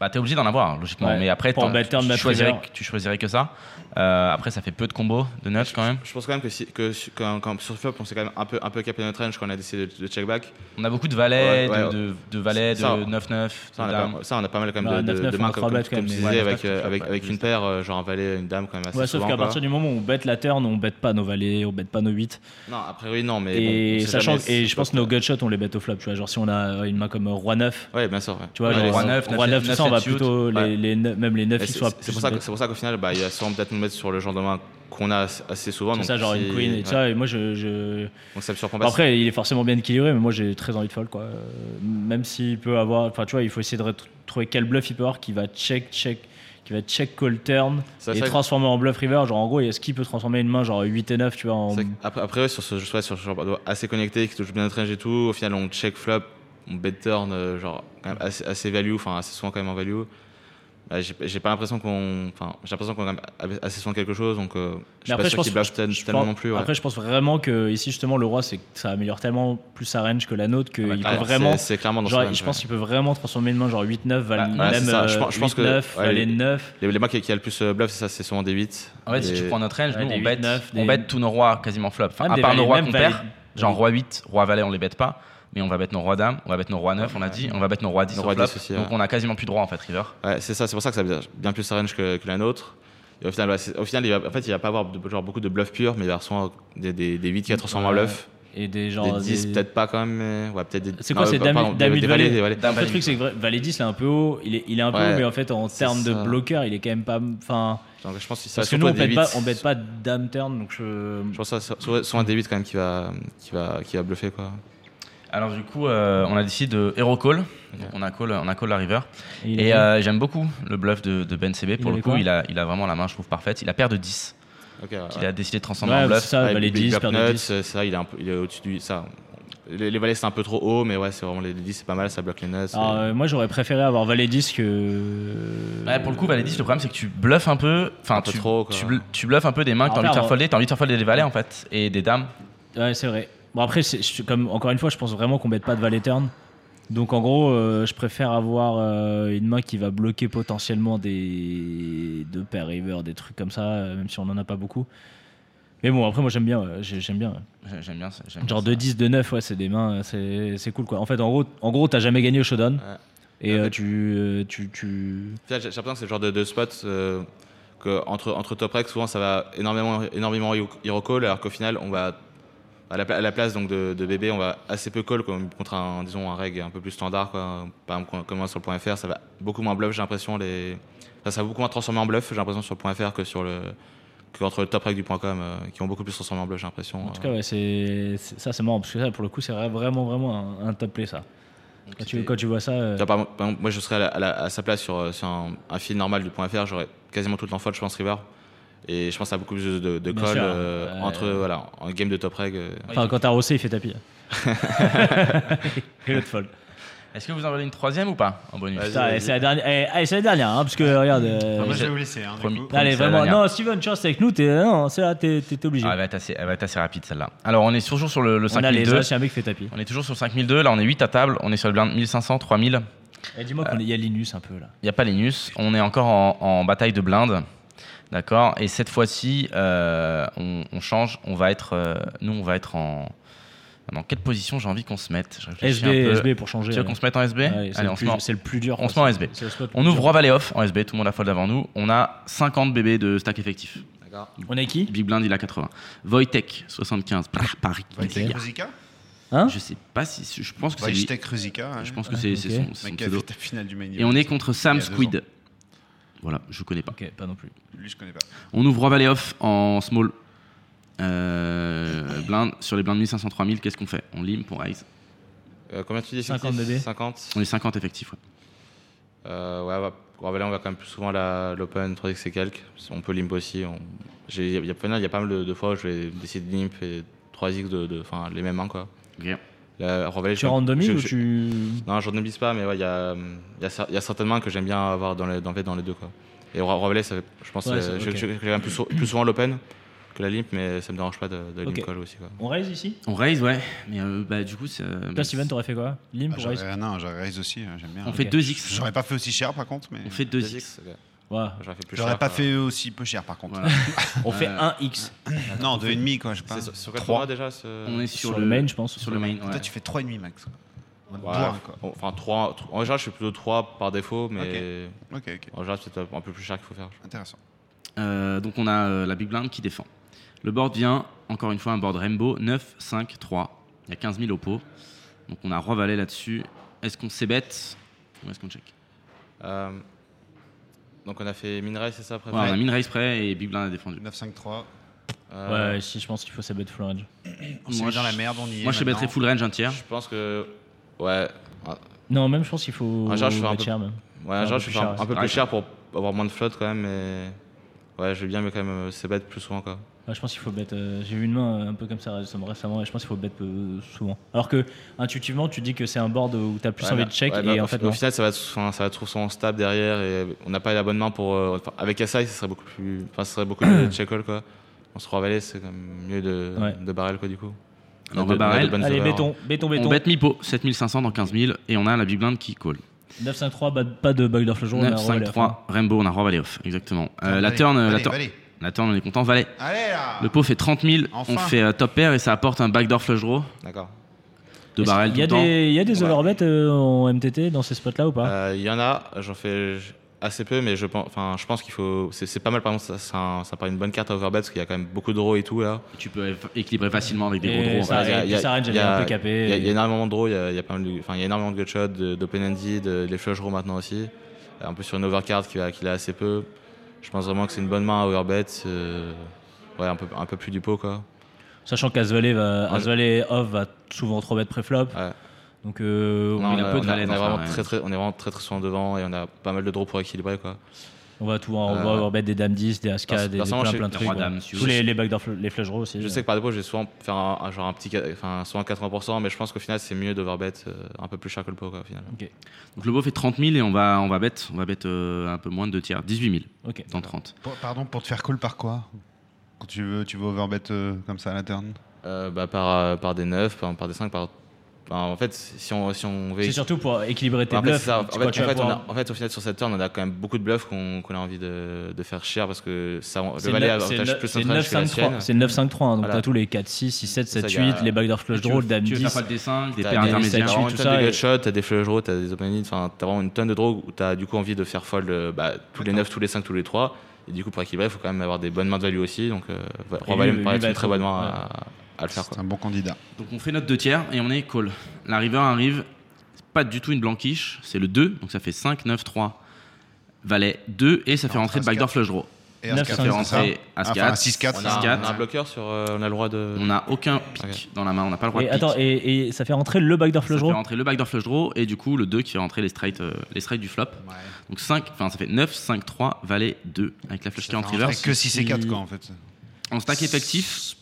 Bah, t'es obligé d'en avoir, logiquement. Ouais. Mais après, Pour bah, t'en- embêter un de tu, ma choisirais, player. tu choisirais que ça. Euh, après, ça fait peu de combos de nuts quand même. Je pense quand même que, si- que su- quand, quand- sur flop, on s'est quand même un peu, un peu capé notre range quand on a décidé de, de check back. On a beaucoup de valets, de- de- de valets, Ça, de on- 9-9, Ça, on de a pas- dames. ça, on a pas mal quand même Ouais, de, de- 9-9, de on a mains, trois comme, bêtes comme, quand même, tu disais, mais ouais, avec, 9-9, euh, tu avec, vois, avec une paire, euh, genre un valet, une dame quand même assez Ouais, sauf souvent, qu'à quoi. partir du moment où on bête la turn, on bête pas nos valets, on bête pas nos 8. Non, après oui, non, mais. Et, bon, on sait sachant, jamais, et c'est je pense que nos gutshots, on les bête au flop. Tu vois, genre si on a une main comme euh, Roi 9, pas- Ouais, bien sûr. ouais. tu vois, Ouais, genre, Roi neuf, Roi 9, neuf, tout neuf, ça, on va sept suit. plutôt. Ouais. Les, les ne- même les 9, Mais ils C'est soient c'est pour, ça que- bêtes. c'est pour ça qu'au final, bah, il y a sûrement peut-être nous mettre sur le genre de main qu'on a assez- assez souvent. C'est donc ça, genre une si- queen et ouais. tout ça. Et moi, je. je- Donc ça me surprend Bon, pas. après, il est forcément bien équilibré, mais moi, j'ai très envie de fold, quoi. Euh, Même s'il peut avoir. Enfin, tu vois, il faut essayer de ret- trouver quel bluff il peut avoir qui va check, check. Qui va check call turn Ça, et ça- transformer en bluff river. Genre, en gros, est-ce qu'il peut transformer une main genre 8 et 9, tu vois, en. C'est vrai que Après, après, ouais, sur ce je sais, sur ce genre de- assez connecté, qui touche bien notre range et tout, au final on check flop, on bet turn, euh, genre quand même assez, assez value, enfin assez souvent quand même en value. Bah, j'ai j'ai pas l'impression qu'on. Enfin, j'ai l'impression qu'on a quand même assez souvent quelque chose, donc euh, je suis Mais pas après, je sûr pense- qu'il bluff tel- je tellement pense- non plus. ouais. Après, je pense vraiment que ici, justement, le roi, c'est que ça améliore tellement plus sa range que la nôtre qu'il Ouais, peut c'est- vraiment. C'est clairement dans ce genre, range, je pense ouais. qu'il peut vraiment transformer une main genre 8-9, val- Bah, ouais, même c'est ça. Je pense- je pense que- 9, ouais, valet les- 9. Les, les mains qui, qui a le plus euh, bluff, c'est ça, c'est souvent des 8. En fait, si tu prends notre range, Ouais, nous, des on huit, bête, neuf, on des- bête tous nos rois quasiment flop. Enfin, Même à des part nos valets, rois même qu'on valets. perd, genre roi 8, roi valet, on les bête pas. Mais on va bête nos rois dames, on va bête nos rois 9, on a dit, on va bête nos rois 10 Nos au rois flop. 10 aussi, ouais. Donc on a quasiment plus de rois en fait, river. Ouais, c'est ça, c'est pour ça que ça veut dire bien plus sa range que, que la nôtre. Et au final, ouais, c'est- au final il va, en fait, il va pas avoir de- genre, beaucoup de bluff pur, mais il va avoir souvent des, des, des 8 qui a transformé en Ouais. bluff. Et des genre. des 10, des- peut-être pas quand même, mais ouais, peut-être des. C'est quoi, non, c'est bah, Dame- pardon, Dame des- huit des valets, valets. des valets. Dame Après, le valet. truc, c'est que valet 10, il est un peu haut. Il est, il est un peu Ouais. haut, mais en fait, en C'est termes de ça. bloqueur, il est quand même pas. Enfin, Donc, je pense que parce ça va que surtout nous, on être des bête pas, huit. on bête pas dame turn, donc je. Je pense que ça sera soit un des 8 quand même qui va, qui va, qui va bluffer quoi. Alors du coup, euh, on a décidé de hero call. Donc, on a call, on a call la river. Et il est- Et euh, j'aime beaucoup le bluff de, de Ben CB. Pour Il le avait coup, quoi il a, il a vraiment la main, je trouve, parfaite. Il a paire de 10. Ok, ouais. Il a décidé de transformer en ouais, c'est bluff. ça, valet 10, paire de 10. nuts, ça, il est, un peu, il est au-dessus du. Ça, les, les valets c'est un peu trop haut, mais ouais, c'est vraiment les 10, c'est pas mal, ça bloque les nuts. Alors, et- euh, moi, j'aurais préféré avoir valet 10 que. Ouais, pour le coup, valet 10, le problème c'est que tu bluffes un peu. Enfin, Un peu tu, trop, quoi. tu, bl- tu bluffes un peu des mains que Ah, t'as envie de enfin, faire folder. T'as envie de faire folder des valets en fait. Et des dames. Ouais, c'est vrai. Bon, après, c'est- je- comme, encore une fois, je pense vraiment qu'on bête pas de valet turn. Donc, en gros, euh, je préfère avoir euh, une main qui va bloquer potentiellement des deux paires river, des trucs comme ça, euh, même si on en a pas beaucoup. Mais bon, après, moi, j'aime bien. ouais, j'ai- j'aime bien. ouais. J'ai- J'aime bien ça. j'aime Genre bien ça. 2-10, 2-9, ouais, c'est des mains, euh, c'est c'est cool, quoi. En fait, en gros, en gros t'as jamais gagné au showdown. Ouais. Et Ouais, euh, mais- tu, euh, tu, tu. Puis là, J'ai j'ai l'impression que c'est le genre de, de spot euh, que entre, entre top rec, souvent ça va énormément, énormément hero- hero call, alors qu'au final, on va à la, pla- à la place donc de, de bébé, on va assez peu call comme contre un, disons, un reg un peu plus standard. Quoi. Par exemple, comme- comme moi sur le point FR, ça va beaucoup moins bluff, j'ai l'impression. Les... enfin, ça va beaucoup moins transformer en bluff, j'ai l'impression, sur le point FR que sur le qu'entre le top rec du point com, euh, qui ont beaucoup plus transformé en bluff, j'ai l'impression. euh. En tout cas, ouais, c'est c'est- ça, c'est marrant parce que ça, pour le coup, c'est vra- vraiment, vraiment un, un top play, ça. Quand tu, c'est- quand tu vois ça. euh, Tu vois, par exemple- par exemple, moi je serais à, la- à la- à sa place sur, euh, sur un, un fil normal du point FR, j'aurais quasiment tout le temps fold, je pense, River. Et je pense à beaucoup plus de, de- de Bien call sûr, euh, ouais. entre voilà, en game de top reg. euh. Enfin, quand t'as rossé, il fait tapis. Et l'autre folle. Est-ce que vous en voulez une troisième ou pas en bonus Vas-y. Putain, et c'est la dernière. eh, allez, c'est la dernière, hein, parce que regarde. euh, Ah, mais moi, je vais c'est- vous laisser. hein, du Promis. coup. Promis, allez, c'est la vraiment. dernière. Non, Steven, tu restes avec nous. T'es, non, c'est là, t'es, t'es- t'es obligé. Ah, elle, va être assez, elle va être assez rapide celle-là. Alors on est toujours sur le, le on a les 5002. as, c'est un mec qui fait tapis. On est toujours sur le 5002. Là on est 8 à table. On est sur le blind 1500, 3000. Eh, dis-moi Ah. qu'il y a Linus un peu là. Il n'y a pas Linus. On est encore en, en bataille de blindes. D'accord Et cette fois-ci, euh, on, on change. On va être, euh, nous, on va être en. Dans quelle position j'ai envie qu'on se mette Je réfléchis SB, un peu. SB pour changer. Tu veux qu'on se mette en SB ouais. Ouais, c'est, Allez, le on se plus, met en- c'est le plus dur. on quoi. se met en C'est- SB. c'est le spot le On plus ouvre dur. Roi Valet off en SB, tout le monde a fold avant nous. On a 50 bébés de stack effectif. On est qui Big Blind, il a 80. Wojtek, 75. Prr, Paris. Wojtek Ruzica Hein Je sais pas si. Je pense que c'est. lui. Wojtek Ruzica. hein. Je pense que c'est c'est Ok. son, son Mec qui a pseudo. fait la finale du main Et on event. est contre Sam Il y a deux Squid. Voilà, je connais pas. Ok, pas non plus. Lui, je connais pas. On ouvre Roi Valet off en small. Euh, blind, sur les blindes 1500 3000, qu'est-ce qu'on fait On lime pour raise. Euh, combien tu dis 50 effectif DD. 50 On est 50 effectifs. ouais. Euh, Ouais, bah, on va- là on va quand même plus souvent à la- l'open 3x et quelques. On peut limp aussi. On... j'ai- Il y, a- il y a pas mal de, de fois où je vais décider de limp et 3x de, de- enfin, les mêmes mains. Quoi. Ok. Là, Roi Valet, Tu je- rentres demi je- ou je- tu. Non, j'en oublie pas, mais ouais, il y, a, hum, il y a cer- il y a certaines mains que j'aime bien avoir dans les, dans, les- dans les deux. Quoi. Et Roi- Roi Valet, ça fait- je pense Ouais, euh, ça- je- ok. je- je- j'aime plus, sou- plus souvent l'open que que la limp, mais ça me dérange pas de, de limp call aussi. Quoi. On raise ici On raise, ouais. Mais euh, bah, du coup, c'est. Toi, Steven, t'aurais fait quoi Limp Ah, ou j'aurais- raise ah non, j'aurais raise aussi, hein, j'aime bien. On fait 2x. J'aurais pas fait aussi cher par contre, mais. On fait 2x. ok. Ouais. J'aurais fait plus J'aurais cher, euh, pas quoi. fait aussi peu cher par contre. euh. Voilà. On fait Euh, 1x. Non, 2,5 quoi, je sais pas. C'est sur- sur quel Trois. format déjà ce... On est Sur, le main, je pense. Sur le main, ouais. Toi, tu fais 3,5 max. quoi. En mode Ouais, bourrin, quoi. Enfin, 3, En général, je fais plutôt 3 par défaut, mais Ok, ok, en général, c'est peut-être un peu plus cher qu'il faut faire. intéressant. Euh, donc on a euh, la Big Blind qui défend. Le board vient, encore une fois, un board Rainbow, 9, 5, 3. Il y a 15 000 au pot. Donc on a Roi Valet là-dessus. Est-ce qu'on s'ébête ou est-ce qu'on check Euh, Donc, on a fait minerai, c'est ça après Ouais, On a min raise prêt et Big Blind a défendu. 9,53. Euh, Ouais, si, je pense qu'il faut s'abattre full range. On s'est Moi, mis dans la je- merde, on y est. Moi je maintenant. s'ébêterais full range un tiers. Je pense que. Ouais. Ouais, Non, même, je pense qu'il faut. Ah, genre, je fais un peu- Cher, même. un peu genre, plus je vais faire cher, un, ouais. un peu Ouais. plus cher pour avoir moins de flotte quand même, mais. Ouais, je vais bien, mais quand même, euh, c'est bête plus souvent, quoi. Ouais, je pense qu'il faut bet. euh, J'ai vu une main euh, un peu comme ça récemment- récemment et je pense qu'il faut bet euh, souvent. Alors que intuitivement, tu dis que c'est un board où t'as plus Ouais, envie mais- de check ouais, bah, et mais en au, fait, au non. final, ça va, être, enfin, ça va trouver son stable derrière et on n'a pas la bonne main pour. euh, enfin, avec SI, ça serait beaucoup plus. Enfin, ça serait beaucoup mieux de check-all, quoi. On se revalait, c'est quand même mieux de, Ouais. de barrel, quoi, du coup. Alors, on de- va barrel. de bonnes Allez, erreurs. béton, béton, On béton. bet mi-pot, 7500 dans 15 000. Et on a la Big Blind qui call. 9-5-3, bah, pas de bug d'off le jour. on a 9, 5, roulé à la fin. 3, Rainbow, on a Roi Valet off. Exactement. Euh, Allez, la, turn, euh, la, allez, turn- allez. la turn, on est content. Valet. Allez là Le pot fait 30 000. Enfin. On fait euh, top pair et ça apporte un backdoor flush draw D'accord. de barrel Il tout y a le temps. des, il y a des overbets euh, en MTT dans ces spots-là ou pas Euh, Il y en a, j'en fais assez peu, mais je pense, enfin, je pense qu'il faut. C'est c'est pas mal, par exemple, ça, ça, ça paraît une bonne carte à overbet parce qu'il y a quand même beaucoup de draws et tout là. Tu peux eff- équilibrer facilement avec des Et gros draws. en ça- et fait. puis range, elle est un peu capée. Il y, a- il y a énormément de draws, il y a, il y a pas mal de- enfin, il y a énormément de gut shots, de- d'open ended, de, les flush draws maintenant aussi. Euh, Un peu sur une overcard qu'il a, qu'il a assez peu. Je pense vraiment que c'est une bonne main à overbet. euh, ouais, un peu, un peu plus du pot quoi. Sachant qu'Asvalet va, Ouais. Asvalet off va souvent trop bet préflop. Ouais. Donc, euh, Non, on- il a on peu de on valets on dans est ça, vraiment ouais. très, très, on est vraiment très très souvent devant et on a pas mal de draws pour équilibrer quoi. on va tout, on va Euh, overbet des dames 10, des as parce- des, des personnellement, plein, je- plein de le trucs. roi ouais. dame, si Tous vous- les, les backdoor, fl- les flush draws aussi. euh. Je ouais. sais que par défaut, je vais souvent faire un, un- genre un petit, ca- enfin souvent 80%, mais je pense qu'au final, c'est mieux d'overbet euh, un peu plus cher que le pot, quoi, au final. Donc le beau fait 30 000 et on va, on va bet, on va bet euh, un peu moins de 2 tiers, 18 000 Ok. dans 30. Pour- Pardon, pour te faire call par quoi Quand tu veux, tu veux overbet euh, comme ça à la turn Euh, bah, par, euh, par des 9, par, par des 5, par. enfin, en fait, si on, si on veut. C'est surtout pour équilibrer tes en fait, bluffs. c'est ça. En tu- fait, quand tu en vas fait, on pouvoir- a- en fait, au final, sur cette turn, on a quand même beaucoup de bluffs qu'on qu'on a envie de, de faire cher parce que ça, le C'est valet neuf- c'est avantage neuf- plus c'est notre range que la 9-5-3. sienne. C'est 9-5-3. hein. Donc Voilà. t'as tous les 4-6, 6-7, 7, Ça, il y 8, a- les backdoor flush draw, dame tu veux faire 10. pas des 5, des T'as paires des intermédiaires. T'as tu- vraiment tout une ça tonne de et- gut shots, t'as des flush draws, t'as des open lead, enfin t'as vraiment une tonne de draws où t'as du coup envie de faire fold euh, bah, tous les 9, tous les 5, tous les 3. Et du coup pour équilibrer, il faut quand même avoir des bonnes mains de value aussi. Donc euh, va- lui, Roi Valet lui me paraît être va une être très au- bonne main ouais. à, à le faire. Quoi. C'est un bon candidat. Donc on fait notre 2 tiers et on est call. La river arrive, c'est pas du tout une blanquiche, c'est le 2, donc ça fait 5, 9, 3, valet 2 et ça fait Alors, rentrer le As-4. backdoor flush draw. Et Neuf, As-4, c'est Ça fait c'est rentrer ça Ah, As-4. Enfin, 6-4. On, c'est ça. a, on a un bloqueur sur. euh, on a le droit de. On a aucun pic Ok. dans la main, on n'a pas le droit Et de pic. attends, et, et ça fait rentrer le backdoor ça flush fait draw rentrer le backdoor flush draw et du coup le 2 qui fait rentrer les straight, euh, les straight du flop. Ouais. Donc 5, enfin ça fait 9, 5, 3, valet 2 avec la flush qui est en Ça fait river. rentrer que 6 et 4 quoi en fait. En stack effectif,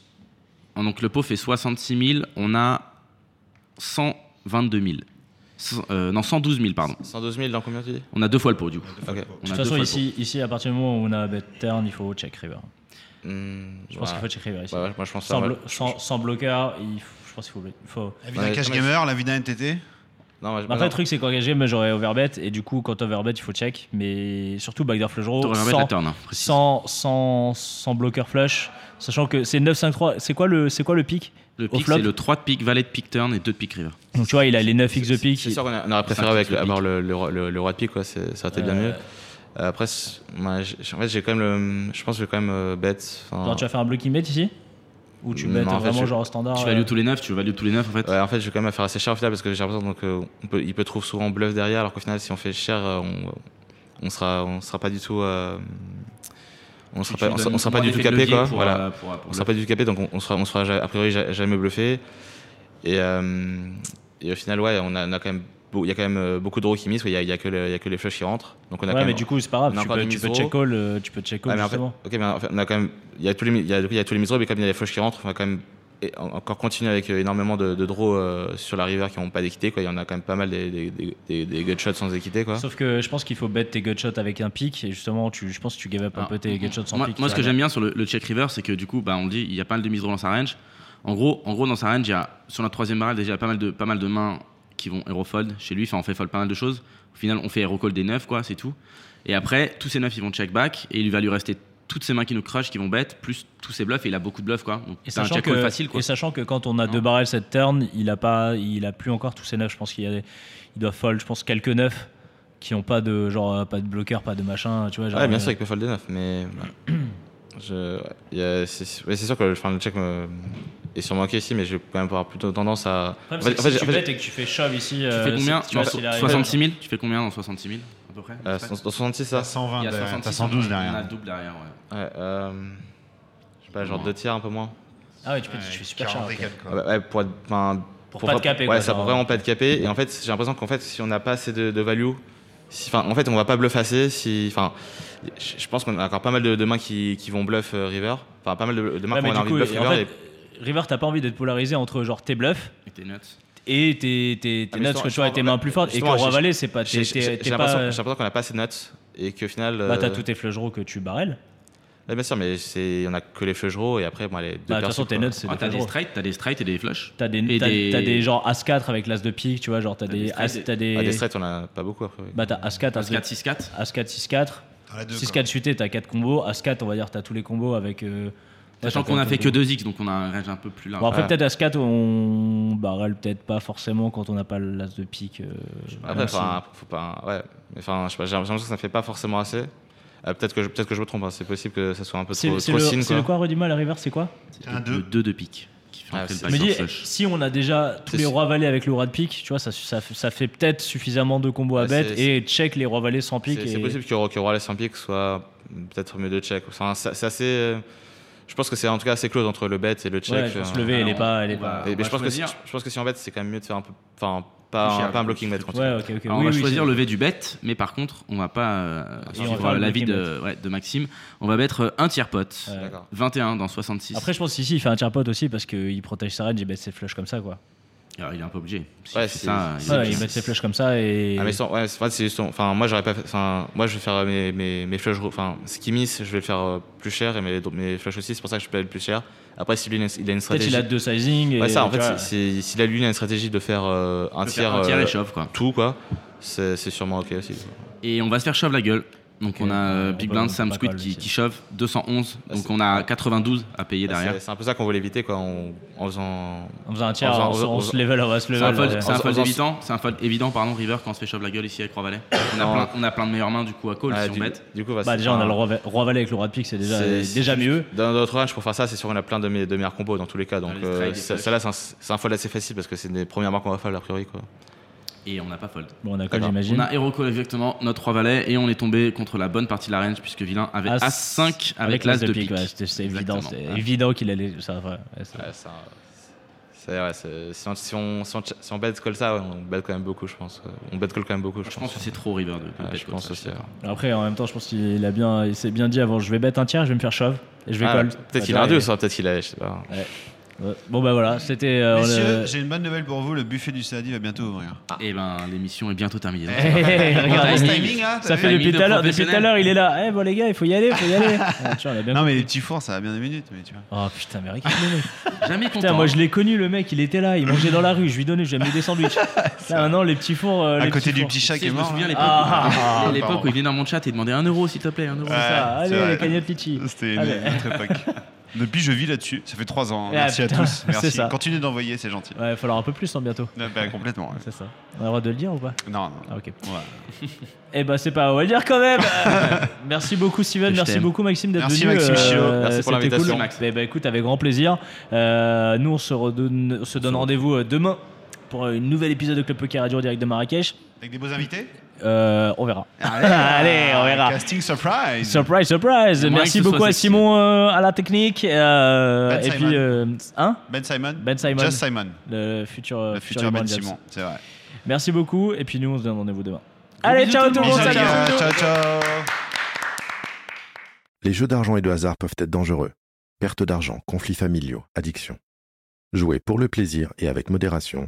en- donc le pot fait 66 000, on a 122 000. Cent- euh, non, 112 000, pardon. 112 000 dans combien tu dis On a deux fois le pot, du coup. Ok. On De a toute deux façon, fois le ici, ici, à partir du moment où on a bet turn, il faut check river. Hmm, Je pense ouais. qu'il faut check river ici. Ouais, ouais, moi je pense Sans, ça. ouais. blo- sans, sans bloqueur, il faut- je pense qu'il faut. il faut... La vie d'un Ouais, cash non, mais- gamer, la vie d'un NTT Non, moi, je- Mais non. Après, le truc, c'est qu'engagé, moi j'aurais overbet, et du coup, quand overbet, il faut check, mais surtout backdoor flush pot. draw, T'aurais un bet sans, la turn, hein, précise. sans, sans, sans bloqueur flush, sachant que c'est 9-5-3. C'est quoi le, c'est quoi le pic Le au pick, flop. c'est le 3 de pick, valet de pick turn et 2 de pick river. Donc tu vois, il a les 9x de pique. C'est sûr qu'on a- on aurait préféré Cinq avec piques de le, avoir le, le, roi- le- le roi de pique, quoi, c'est- ça aurait été bien Euh, mieux. Euh, Après, c'est- moi, j'ai- en fait, j'ai quand même le. Je pense que j'ai quand même euh, bête. enfin- Genre, tu vas faire un blocking bet ici Ou tu Non, bêtes en fait, vraiment je- genre au standard Tu euh, values tous les 9, tu values tous les 9 en fait. Ouais, en fait, je vais quand même faire assez cher au final parce que j'ai l'impression donc euh, on peut, il peut trouver souvent bluff derrière, alors qu'au final, si on fait cher, euh, on, on sera, on sera pas du tout, euh, on sera Tu pas, on donnes sera- on sera pas moins du tout d'effet de capé levier quoi. pour, voilà, euh, pour- pour on sera le- pas du tout capé, donc on, on sera, on sera ja- a priori ja- jamais bluffé. Et, euh, et au final, ouais, on a, on a quand même, beau- il y a quand même euh, beaucoup de draws qui misent, ouais, il y a, il y a que, le- il y a que les flushs qui rentrent, donc on a Ouais, quand mais même- du coup, c'est pas on a grave. Tu encore peux, des tu peux mises check call, euh, tu peux check Ouais, call mais en fait- justement. ok, mais en fait, on a quand même, il y a tous les, mi- il y a, du coup, il y a tous les mises mais comme il y a les flushs qui rentrent, on va quand même et en- encore continuer avec euh, énormément de, de draws euh, sur la river qui n'ont pas d'équité. Quoi. Il y en a quand même pas mal des, des, des, des- des gut shots sans équité. Quoi. Sauf que je pense qu'il faut bet tes gutshots avec un pic et justement, tu, je pense que tu gave up un Alors, peu tes gutshots sans moi, pic. moi, ce tu que vois. j'aime bien sur le, le check river, c'est que du coup, bah, on le dit, il y a pas mal de mises dans sa range. En gros, en gros, dans sa range, il y a, sur la troisième barrel, déjà, il y a pas mal de, pas mal de mains qui vont hero fold chez lui. Enfin, on fait fold pas mal de choses. Au final, on fait hero call des neufs, quoi, c'est tout. Et après, tous ces neufs, ils vont check back et il va lui rester toutes ses mains qui nous crush, qui vont bet, plus tous ses bluffs et il a beaucoup de bluffs, quoi. Donc, Et c'est un sachant, check que, call facile, quoi. et sachant que quand on a deux barrels cette turn, il a pas, il a plus encore tous ses neufs. Je pense qu'il y a, des- il doit fold. Je pense quelques neufs qui ont pas de genre euh, pas de bloqueur, pas de machin. Tu vois. genre, ouais, bien euh, sûr, avec peut fold des 9, mais. bah, je- ouais, il y a- c'est ouais, c'est sûr que le, enfin, le check me- est sûrement ok ici, mais je vais quand même avoir plutôt tendance à. Le en problème, fait- c'est en fait, que si j'ai- en tu fait, bêtes et que tu fais shove ici. euh, Tu fais combien dans so- 66 000 Tu fais combien dans 66 000 à peu près euh, dans 66, ça 120 Il y a derrière, 66, bah, t'as 112 On a derrière. le double derrière, ouais. Ouais, euh, je sais pas, genre deux tiers, un peu moins. Ah ouais, tu, peux, tu fais super cher. 44, Ah quoi. bah, ouais, pour, être- enfin, Pour pas te caper, Ouais, quoi, ça pour genre. euh. vraiment pas être capé. Et en fait, j'ai l'impression qu'en fait, si on n'a pas assez de, de value, si, enfin, en fait, on va pas bluff assez. Si, enfin, je je pense qu'on a encore pas mal de, de mains qui, qui vont bluff euh, river. Enfin, pas mal de, de mains Ouais, qu'on mais a du envie coup, de bluff en river. fait, River, t'as pas envie d'être polarisé entre genre tes bluffs Et t'es nuts. et tes, tes, tes Ah, mais nuts, justement, que tu vois, et tes mains plus fortes. Et justement, qu'au j'ai- Roi Valet, c'est pas. et j'ai t'es- j'ai- t'es- j'ai T'es l'impression pas. j'ai l'impression qu'on a pas assez de notes et que au final. Bah, t'as euh, tous tes fleurons que tu barrelles. ouais, bien sûr, mais c'est on a que les feugeraux et après, bon, les deux. Bah, de toute façon, persos, tes quoi. nuts, c'est Ah, des t'as des fleurons. straight, t'as des straight et des flush. T'as des, Et t'as, des- t'as des genre As-4 avec l'As de pique, tu vois, genre t'as des des As, straights, t'as des... Ah, des straights, on a pas beaucoup après. Bah t'as As-4, As-2, 4 6 4 As-4, 6-4, T'en as deux, 6-4 suité, t'as 4 combos, As-4 on va dire t'as tous les combos avec... euh, Sachant ouais, t'as qu'on a plein fait de que combos. 2x, donc on a un range un peu plus large. Bon après Ouais. peut-être As-4 on barrelle peut-être pas forcément quand on n'a pas l'As de pique. euh, Après, même si- enfin, faut pas. Ouais. Mais Enfin, je sais pas, j'ai l'impression que ça ne fait pas forcément assez. Euh, peut-être que je, peut-être que je me trompe. hein, C'est possible que ça soit un peu c'est, trop, c'est trop le, signe, c'est le quoi Redis-moi la river c'est quoi T'as un deux. deux. Le 2 de pique. Qui fait Ah, entrer le c'est- Je me pack dis Bah, sur flush. si on a déjà tous C'est les sûr. rois valets avec le roi de pique, tu vois ça, ça, ça fait peut-être suffisamment de combos à Ouais, c'est- bête et check les rois valets sans pique. C'est, c'est et- possible que, que Roi Laisse en pique soit peut-être mieux de check. Enfin, ça- c'est assez. euh, Je pense que c'est en tout cas assez close entre le bet et le check. Ouais, je pense euh, que le V elle est Alors, pas... Elle est on pas... va- et- mais on je, pense que si, choisir- je pense que si on bet, c'est quand même mieux de faire un peu. Enfin, pas, Plus un, cher. pas un blocking bet. quoi. Ouais ok ok. Alors, oui, on va oui, choisir c'est- le V du bet, mais par contre, on va pas euh, Et on va suivre faire le l'avis blocking de, ouais, de Maxime. On va mettre euh, un tiers pot. Ouais. D'accord. 21 dans 66. Après, je pense qu'ici, il fait un tiers pot aussi parce qu'il protège sa range, il met ses flushs comme ça, quoi. Alors, il est un peu obligé. Si Ouais, il fait c'est- ça, c'est- il est Ouais, obligé. il met ses flushs comme ça et. Ah, mais sans- ouais, c'est, enfin, c'est juste- enfin, moi, j'aurais pas fait- enfin, moi, je vais faire euh, mes, mes, mes flush. Enfin, ce qui miss, je vais le faire euh, plus cher et mes, mes flush aussi. C'est pour ça que je peux le plus cher. Après, si lui, il a une- il a une Peut-être stratégie. il a deux sizing. Et, Ouais, ça, en tu fait, vois. c'est- c'est- si la lune a une stratégie de faire euh, un Il peut tiers, faire un tiers euh, et shove, quoi. tout, quoi, c'est, c'est sûrement ok aussi. Et on va se faire shove la gueule. Donc Ok, on a euh, on Big va- on Blind, Sam va Squid pas le qui, laisser. qui shove 211. Bah, donc c'est- Ah, on a 92 à payer derrière. Bah, C'est, c'est un peu ça qu'on voulait éviter, quoi, en, en faisant. On faisait un tiers, On va- on, se- on va- on se level, on va se C'est un level. fold, ouais. c'est un en- fold en- évident, c'est un fold évident, pardon, River quand on se fait shove la gueule ici avec Roi Valet. On a, Non. plein, on a plein de meilleures mains du coup à call Ah, si on du, met. du coup, bah, Bah, c'est- déjà, on a enfin, le roi, roi valet avec le roi de pique, c'est déjà, c'est- c'est déjà mieux. Dans notre range, pour faire ça, c'est sûr qu'on a plein de, mes- de meilleurs combos dans tous les cas. Donc, les euh, strikes, les ça- touches. celle-là, c'est un, c'est un fold assez facile parce que c'est des premières marques qu'on va faire, a priori. Quoi. Et on n'a pas fold. Bon, on a call, D'accord. j'imagine. On a Hero Call exactement notre Roi Valet et on est tombé contre la bonne partie de la range puisque Vilain avait As- As5 avec l'As de pique. ouais, c'était- c'est évident, c'est Exactement. évident qu'il allait. Ça, ouais, ouais, ça- Ouais, c'est un- c'est- ouais, c'est- si, on, si, on, si, on, si on bet call ça, ouais, on bet quand même beaucoup, je pense. On bet call quand même beaucoup, je, Je pense que c'est trop River de, de Ouais, bet Ah, je call, pense ça, aussi. suis ouais. d'accord. Après, en même temps, je pense qu'il a bien, il s'est bien dit avant je vais bête un tiers, je vais me faire shove et je vais Ah, call. Peut-être Bah, qu'il a un ouais. 2, ça, peut-être qu'il a. Je sais pas. Ouais. Bon, bah voilà, c'était. euh, on a- Messieurs, j'ai une bonne nouvelle pour vous, le buffet du samedi va bientôt ouvrir. Et ben l'émission est bientôt terminée. Donc, Hey, hey, hey, Ah, regarde, Timing. Timing, là, t'as Ça vu fait Timing depuis de tout à l'heure, depuis professionnel. tout à l'heure, il est là. Eh bon les gars, il faut y aller, il faut y aller. Ah, tu vois, on a bien Non, compris. mais les petits fours, ça va bien deux minutes, mais tu vois. Oh putain, mais regarde le mec. Jamais content. Putain, moi je l'ai connu le mec, il était là, il mangeait dans la rue, je lui donnais, je lui ai mis des sandwichs. Là maintenant les petits fours, euh, à les côté petits du fours. petit Tu chat sais, qui est je me mort. souviens là. l'époque Ah, ah, où- l'époque pardon. où il venait dans mon chat et demandait un euro s'il te plaît, un euro. C'est ça. Ouais, Allez, c'est les vrai. cagnottes litchi. C'était une Allez. autre époque. Depuis, je vis là-dessus. Ça fait trois ans. Ah, Merci à putain, tous. c'est Merci. ça. Continuez d'envoyer, c'est gentil. Ouais, il va falloir un peu plus hein, bientôt. Non, bah, complètement. ouais. C'est ça. On a le droit de le dire ou pas Non, non. Ah ok. Ouais. Eh ben c'est pas, on va le dire quand même. Euh, merci beaucoup Steven, Je merci t'aime. beaucoup Maxime d'être Merci, venu. euh, Maxime Chiot. Merci pour c'était l'invitation, cool. Max. Eh ben, écoute, avec grand plaisir. Euh, nous on se, redonne, on se donne rendez-vous euh, demain pour euh, une nouvelle épisode de Club Poker Radio en direct de Marrakech. Avec des beaux invités Euh, on verra. Ah, Allez, Ah, on verra. Casting surprise. Surprise, surprise. Moins que Merci ce beaucoup soit à sexy. Simon euh, à la technique. euh, Ben et Simon. puis, euh, hein ben Simon. Ben Simon. Just Simon. Le futur, euh, Le futur futur Ben LeBron James. Simon. C'est vrai. Merci beaucoup. Et puis nous, on se donne rendez-vous demain. Allez, bisous ciao tout tout le le monde. monde. salut. euh, Ciao, ciao, ciao. Les jeux d'argent et de hasard peuvent être dangereux. Perte d'argent, conflits familiaux, addiction. Jouez pour le plaisir et avec modération.